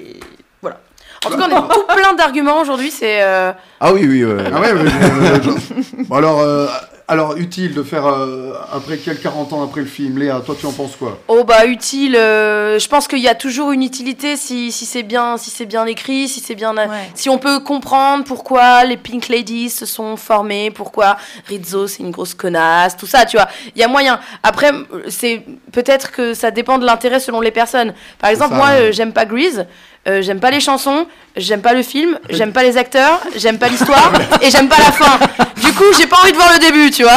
Voilà.
En tout cas, on est tout plein d'arguments aujourd'hui. C'est euh,
Ah oui, oui, ouais.
Ah ouais, mais, euh, je- *laughs* Bon, alors, euh, alors, utile de faire euh, un préquel 40 ans après le film. Léa, toi, tu en penses quoi
oh bah utile. euh, je pense qu'il y a toujours une utilité si, si c'est bien si c'est bien écrit, si c'est bien euh,
Ouais.
si on peut comprendre pourquoi les Pink Ladies se sont formées, pourquoi Rizzo c'est une grosse connasse, tout ça, tu vois. Il y a moyen. Après, m- c'est peut-être que ça dépend de l'intérêt selon les personnes. Par exemple,
ça,
moi,
ouais.
euh, j'aime pas Grease. euh, j'aime pas les chansons, j'aime pas le film, j'aime pas les acteurs, j'aime pas
*laughs*
l'histoire et j'aime pas la fin. Du coup, j'ai pas envie de voir le début, tu vois.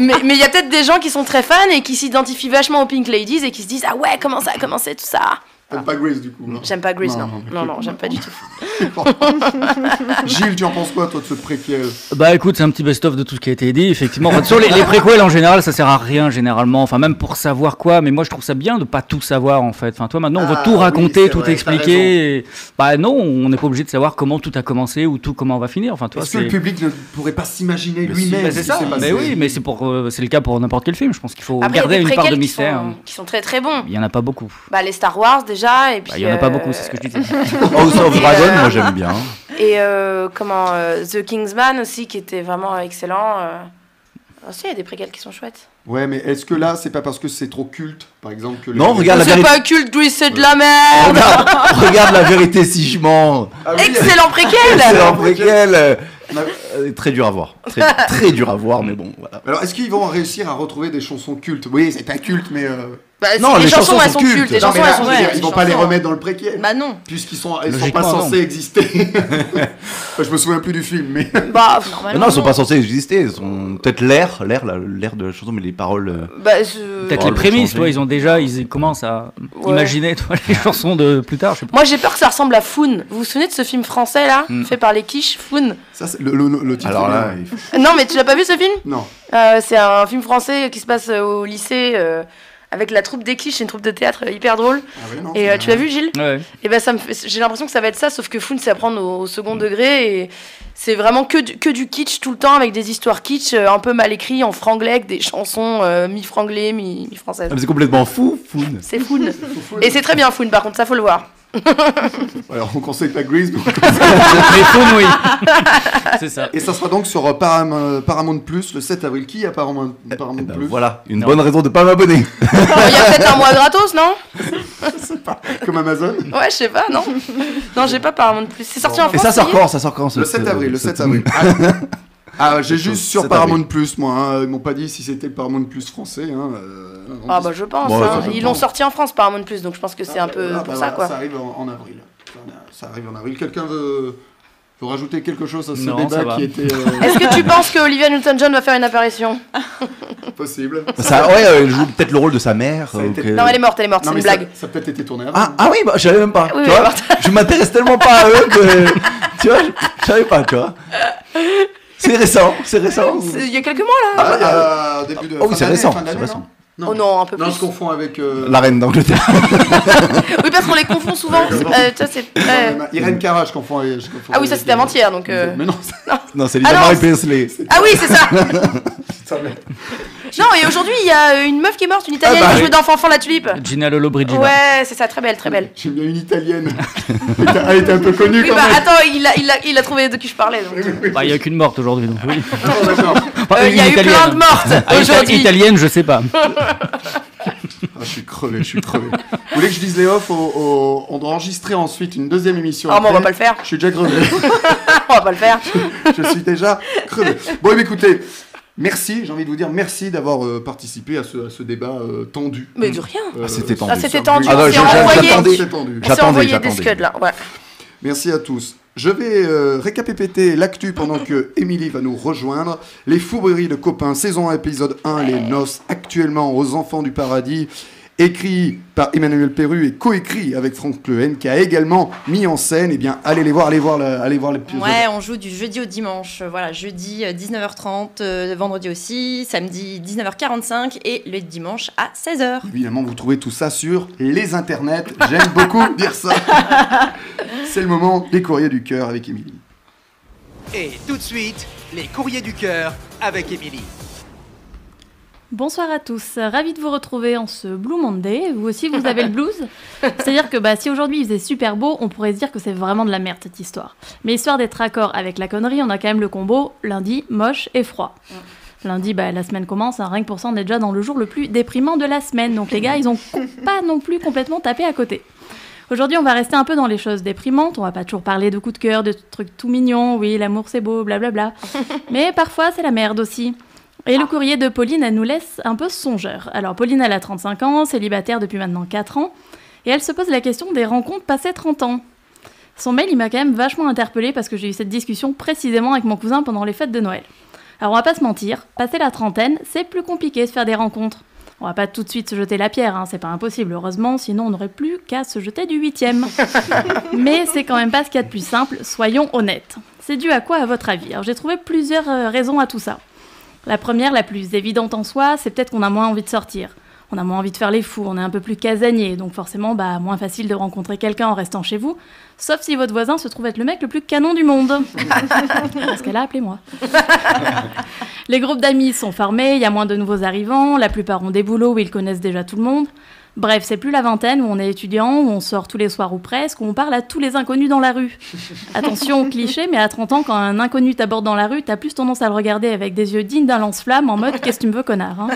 Mais mais il y a peut-être des gens qui sont très fans et qui s'identifient vachement aux Pink Ladies et qui se disent Ah ouais, comment ça a commencé tout ça
T'aimes pas Grace du coup non
J'aime pas Grease, Ah. non.
Non,
Non, non, j'aime pas du tout.
Gilles, tu en penses quoi toi de ce préquel
Bah écoute, c'est un petit best-of de tout ce qui a été dit, effectivement. Enfin, sur les, les préquels en général, ça sert à rien généralement. Enfin, même pour savoir quoi, mais moi je trouve ça bien de pas tout savoir en fait. Enfin, toi maintenant on veut
Ah,
tout
oui,
raconter,
c'est
tout
vrai, t'as
expliquer. et- Bah non, on n'est pas obligé de savoir comment tout a commencé ou tout comment on va finir. Enfin, toi,
Est-ce que le
c'est-
public ne pourrait pas s'imaginer
Mais si,
lui-même
bah,
ce
c'est
qui
ça.
s'est
Mais
passé
oui, mais c'est pour, euh, c'est le cas pour n'importe quel film. Je pense qu'il faut
Après, il y
garder
a des
une part de
préquels qui
mystère. hein.
sont, qui sont très très bons.
Il y en a pas beaucoup.
Bah, les Star Wars déjà, et puis.
Bah, il y en a pas
euh,
beaucoup, c'est ce que je disais.
House of
Et,
Dragon,
euh,
moi j'aime bien.
Et euh, comment euh, The Kingsman aussi, qui était vraiment excellent. euh. Aussi, il y a des préquels qui sont chouettes.
Ouais, mais est-ce que là, c'est pas parce que c'est trop culte, par exemple que
Non, regarde la
C'est
vérité.
pas culte, Grease, c'est de la merde
Regarde, regarde la vérité si je mens.
Ah
Excellent
*laughs*
préquel
Excellent préquel. Euh, Très dur à voir. Très, très dur à voir, mais bon, voilà.
Alors, est-ce qu'ils vont réussir à retrouver des chansons cultes Oui, c'est pas culte, mais. euh,
Bah, c'est- Non, les les chansons, chansons elles sont sont cultes, cultes. les
Non,
chansons,
mais là,
elles sont
je veux dire,
vraies,
Ils vont
les
pas les
chansons.
remettre dans le préquel.
Bah non
Puisqu'ils sont, ils sont pas
Logiquement, non.
censés exister. *laughs* Enfin, je me souviens plus du film, mais. *laughs*
Bah,
Mais non, ils sont pas censés exister. Ils sont peut-être l'air, l'air, la- l'air de la chanson, mais les paroles. euh,
Bah, je-
Peut-être
Oh,
les
le
prémices,
changer.
toi, ils ont déjà, ils commencent à
Ouais.
imaginer toi, les chansons de plus tard. Je sais pas.
Moi, j'ai peur que ça ressemble à Foon. Vous vous souvenez de ce film français là
Mm.
Fait par les quiches, Foon
Ça, c'est le, le- le titre.
Alors là,
mais-
il faut-
Non, mais tu l'as pas vu ce film
Non.
Euh, C'est un film français qui se passe euh, au lycée euh, avec la troupe des quiches, c'est une troupe de théâtre euh, hyper drôle.
Ah
Et euh, tu l'as vu, Gilles
Ouais.
Et ben ça me fait- j'ai l'impression que ça va être ça, sauf que Foon, c'est à prendre au, au second degré et c'est vraiment que du, que du kitsch tout le temps avec des histoires kitsch euh, un peu mal écrites en franglais, avec des chansons euh, mi-franglais, mi- mi-françaises.
Ah, mais c'est complètement fou, fou.
c'est Foon. et c'est très bien Foon, par contre, ça faut le voir.
Alors, on conseille pas Grease, donc.
oui. c'est ça.
Et ça sera donc sur euh, Param- euh, Paramount Plus le 7 avril. Qui a Paramount, Paramount
Ben,
Plus
voilà, une bonne raison de pas m'abonner.
Il y a peut-être un mois gratos, non
Comme Amazon
Ouais, je sais pas, non Non, j'ai pas Paramount Plus. C'est sorti en
Et
France
ça sort
oui
quand Ça sort quand ce-
Le 7
ce-
avril, le
ce-
7 avril. Ah, ah, j'ai juste sur
7 avril.
Paramount Plus, moi. hein. Ils m'ont pas dit si c'était Paramount Plus français. hein, euh,
Ah bah je pense,
Bon, ouais,
hein.
ça,
ils
je
l'ont
pense.
sorti en France Paramount Plus, donc je pense que c'est un peu
Ah, bah
pour ça
voilà,
quoi.
Ça arrive en, en avril. Voilà, Ça arrive en avril. Quelqu'un veut, veut rajouter quelque chose à ce
Non, ça
débat
va.
qui était euh,
*laughs* Est-ce que tu penses que Olivia Newton-John va faire une apparition
possible
Ça, ouais, euh, elle joue peut-être le rôle de sa mère.
Ça a
euh,
été-
que-
Non, elle est morte, elle est morte,
Non,
c'est
mais
une
ça,
blague.
ça a peut-être été tourné avant.
Ah, ah oui, bah, je savais même pas.
Oui,
tu
oui,
vois, je m'intéresse tellement pas à eux
*laughs*
que. tu vois, je- je savais pas, tu vois. C'est récent, c'est récent.
Oh, C'est- Il y a quelques mois là
Ah, il y a début de.
Oh oui,
fin
c'est
d'année,
récent,
fin d'année,
c'est récent.
Non,
Oh non, un peu
Non,
plus.
je confonds avec. euh,
La reine d'Angleterre.
Oui, parce qu'on les confond souvent. Euh, tu vois, c'est- ouais.
non, Irène Cara, je confonds. avec- je confonds
Ah oui, ça
avec-
c'était avant-hier donc. euh.
Mais non, ça-
Non, c'est
Ah
Lisa
non,
Marie
c'est-
Presley.
Ah oui, c'est ça
ça merde.
Non, et aujourd'hui il y a une meuf qui est morte, une italienne
bah
qui jouait
oui.
dans Fanfan la Tulipe.
Gina Lolo Brigida.
Ouais, c'est ça, très belle, très belle.
J'aime bien
*laughs*
une italienne. Elle était- Elle était un peu connue
Oui,
quand
bah
même.
attends, il a, il, a, il a trouvé de qui je parlais donc.
Bah, il n'y a qu'une morte aujourd'hui. donc oui.
Non, d'accord.
Enfin,
Euh, *laughs* Il y a
une
eu plein de mortes
Ah, ita-
aujourd'hui.
Italienne, je sais pas.
Ah, je suis crevé, je suis crevé. Vous voulez que je dise les off au- au- On doit enregistrer ensuite une deuxième émission.
Ah, mais on va
après.
pas le faire.
Je suis déjà crevé. *laughs*
On va pas le faire.
je suis déjà crevé. Bon, eh bien, écoutez, merci, j'ai envie de vous dire merci d'avoir euh, participé à ce, à ce débat euh, tendu.
Mais de rien.
Euh,
Ah, c'était tendu.
Ah, c'était tendu,
Ah, non,
on
je-
s'est
je-
envoyé.
j'attendais.
C'est tendu.
On s'est
J'attendais,
envoyé des
j'attendais.
scuds là. Ouais.
Merci à tous. Je vais euh, récapépéter l'actu pendant que Émilie va nous rejoindre. Les fourberies de copains, saison 1, épisode 1, les noces, actuellement aux enfants du paradis, écrit par Emmanuel Perru et coécrit avec Franck Clehen, qui a également mis en scène. Eh bien, allez les voir, allez voir, la- allez voir l'épisode.
Ouais, on joue du jeudi au dimanche. Voilà, jeudi euh, 19h30, euh, vendredi aussi, samedi 19h45 et le dimanche à 16h.
Évidemment, vous trouvez tout ça sur les internets. J'aime beaucoup
*laughs*
dire ça. C'est le moment des courriers du cœur avec Émilie.
Et tout de suite, les courriers du cœur avec Émilie.
Bonsoir à tous, ravi de vous retrouver en ce Blue Monday. Vous aussi, vous avez le blues C'est-à-dire que bah, si aujourd'hui il faisait super beau, on pourrait se dire que c'est vraiment de la merde cette histoire. Mais histoire d'être accord avec la connerie, on a quand même le combo lundi, moche et froid. Lundi, bah, la semaine commence, hein, rien que pour ça, on est déjà dans le jour le plus déprimant de la semaine. Donc les gars, ils ont co- pas non plus complètement tapé à côté. Aujourd'hui, on va rester un peu dans les choses déprimantes. On va pas toujours parler de coups de cœur, de trucs tout mignons. Oui, l'amour c'est beau, blablabla. Mais parfois, c'est la merde aussi. Et le courrier de Pauline, elle nous laisse un peu songeur. Alors, Pauline, elle a 35 ans, célibataire depuis maintenant 4 ans, et elle se pose la question des rencontres passées 30 ans. Son mail, il m'a quand même vachement interpellée parce que j'ai eu cette discussion précisément avec mon cousin pendant les fêtes de Noël. Alors on va pas se mentir, passer la trentaine, c'est plus compliqué de se faire des rencontres. On va pas tout de suite se jeter la pierre, hein, c'est pas impossible, heureusement, sinon on n'aurait plus qu'à se jeter du huitième. Mais c'est quand même pas ce qu'il y a de plus simple, soyons honnêtes. C'est dû à quoi à votre avis Alors j'ai trouvé plusieurs euh, raisons à tout ça. La première, la plus évidente en soi, c'est peut-être qu'on a moins envie de sortir. On a moins envie de faire les fous, on est un peu plus casanier, donc forcément, bah, moins facile de rencontrer quelqu'un en restant chez vous, sauf si votre voisin se trouve être le mec le plus canon du monde. Dans ce cas-là, appelez-moi. *laughs* Les groupes d'amis sont formés, il y a moins de nouveaux arrivants, la plupart ont des boulots où ils connaissent déjà tout le monde. Bref, c'est plus la vingtaine où on est étudiant, où on sort tous les soirs ou presque, où on parle à tous les inconnus dans la rue. Attention, cliché, mais à 30 ans, quand un inconnu t'aborde dans la rue, t'as plus tendance à le regarder avec des yeux dignes d'un lance-flamme en mode Qu'est-ce que tu me veux, connard hein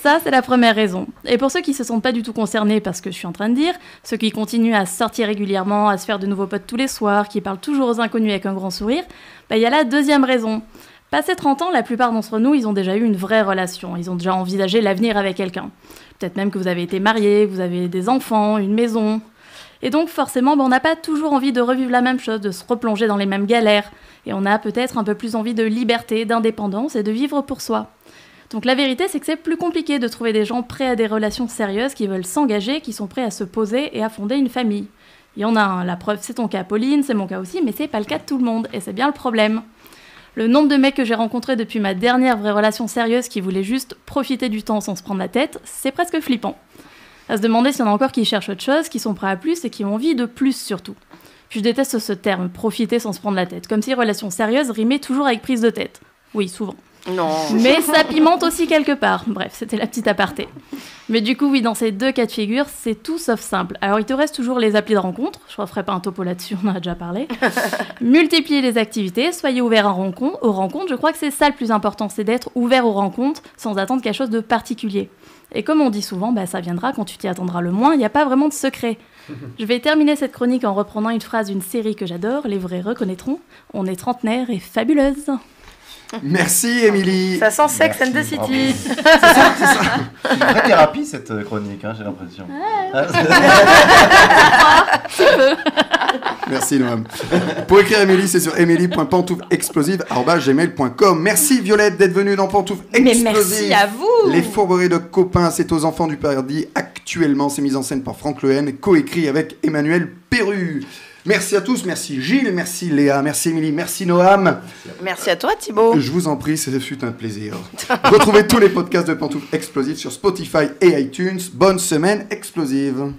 Ça, c'est la première raison. Et pour ceux qui se sentent pas du tout concernés parce que je suis en train de dire, ceux qui continuent à sortir régulièrement, à se faire de nouveaux potes tous les soirs, qui parlent toujours aux inconnus avec un grand sourire, bah, il y a la deuxième raison. Passé 30 ans, la plupart d'entre nous, ils ont déjà eu une vraie relation. Ils ont déjà envisagé l'avenir avec quelqu'un. Peut-être même que vous avez été marié, vous avez des enfants, une maison. Et donc, forcément, bah, on n'a pas toujours envie de revivre la même chose, de se replonger dans les mêmes galères. Et on a peut-être un peu plus envie de liberté, d'indépendance et de vivre pour soi. Donc la vérité, c'est que c'est plus compliqué de trouver des gens prêts à des relations sérieuses, qui veulent s'engager, qui sont prêts à se poser et à fonder une famille. Il y en a un, la preuve, c'est ton cas, Pauline, c'est mon cas aussi, mais c'est pas le cas de tout le monde, et c'est bien le problème. Le nombre de mecs que j'ai rencontrés depuis ma dernière vraie relation sérieuse qui voulaient juste profiter du temps sans se prendre la tête, c'est presque flippant. À se demander s'il y en a encore qui cherchent autre chose, qui sont prêts à plus et qui ont envie de plus surtout. Puis je déteste ce terme, profiter sans se prendre la tête, comme si relation sérieuse rimait toujours avec prise de tête. Oui, souvent.
*laughs* Non.
Mais ça pimente aussi quelque part. Bref, c'était la petite aparté. Mais du coup, oui, dans ces deux cas de figure, c'est tout sauf simple. Alors, il te reste toujours les applis de rencontre. Je ne referai pas un topo là-dessus, on en a déjà parlé. Multipliez les activités, soyez ouvert à rencon- aux rencontres. Je crois que c'est ça le plus important, c'est d'être ouvert aux rencontres sans attendre quelque chose de particulier. Et comme on dit souvent, bah, ça viendra quand tu t'y attendras le moins. Il n'y a pas vraiment de secret. Je vais terminer cette chronique en reprenant une phrase d'une série que j'adore. Les vrais reconnaîtront. On est trentenaire et fabuleuse.
Merci, Émilie.
Ça sent Sex and the
Merci,
City. *laughs*
C'est une vraie thérapie cette euh, chronique, hein, j'ai l'impression. Ah,
Merci, Noam. Pour écrire Émilie, c'est sur émilie.pantouflexplosive.com. Merci, Violette, d'être venue dans Pantoufle
Mais
Explosive.
merci à vous.
Les fourberies de copains, c'est aux enfants du paradis. Actuellement, c'est mis en scène par Franck Lehen, coécrit avec Emmanuel Perru. Merci à tous, merci Gilles, merci Léa, merci Émilie, merci Noam.
Merci à toi, Thibaut.
Je vous en prie, ce fut un
*laughs*
plaisir. Retrouvez tous les podcasts de Pantoufles Explosives sur Spotify et iTunes. Bonne semaine explosive.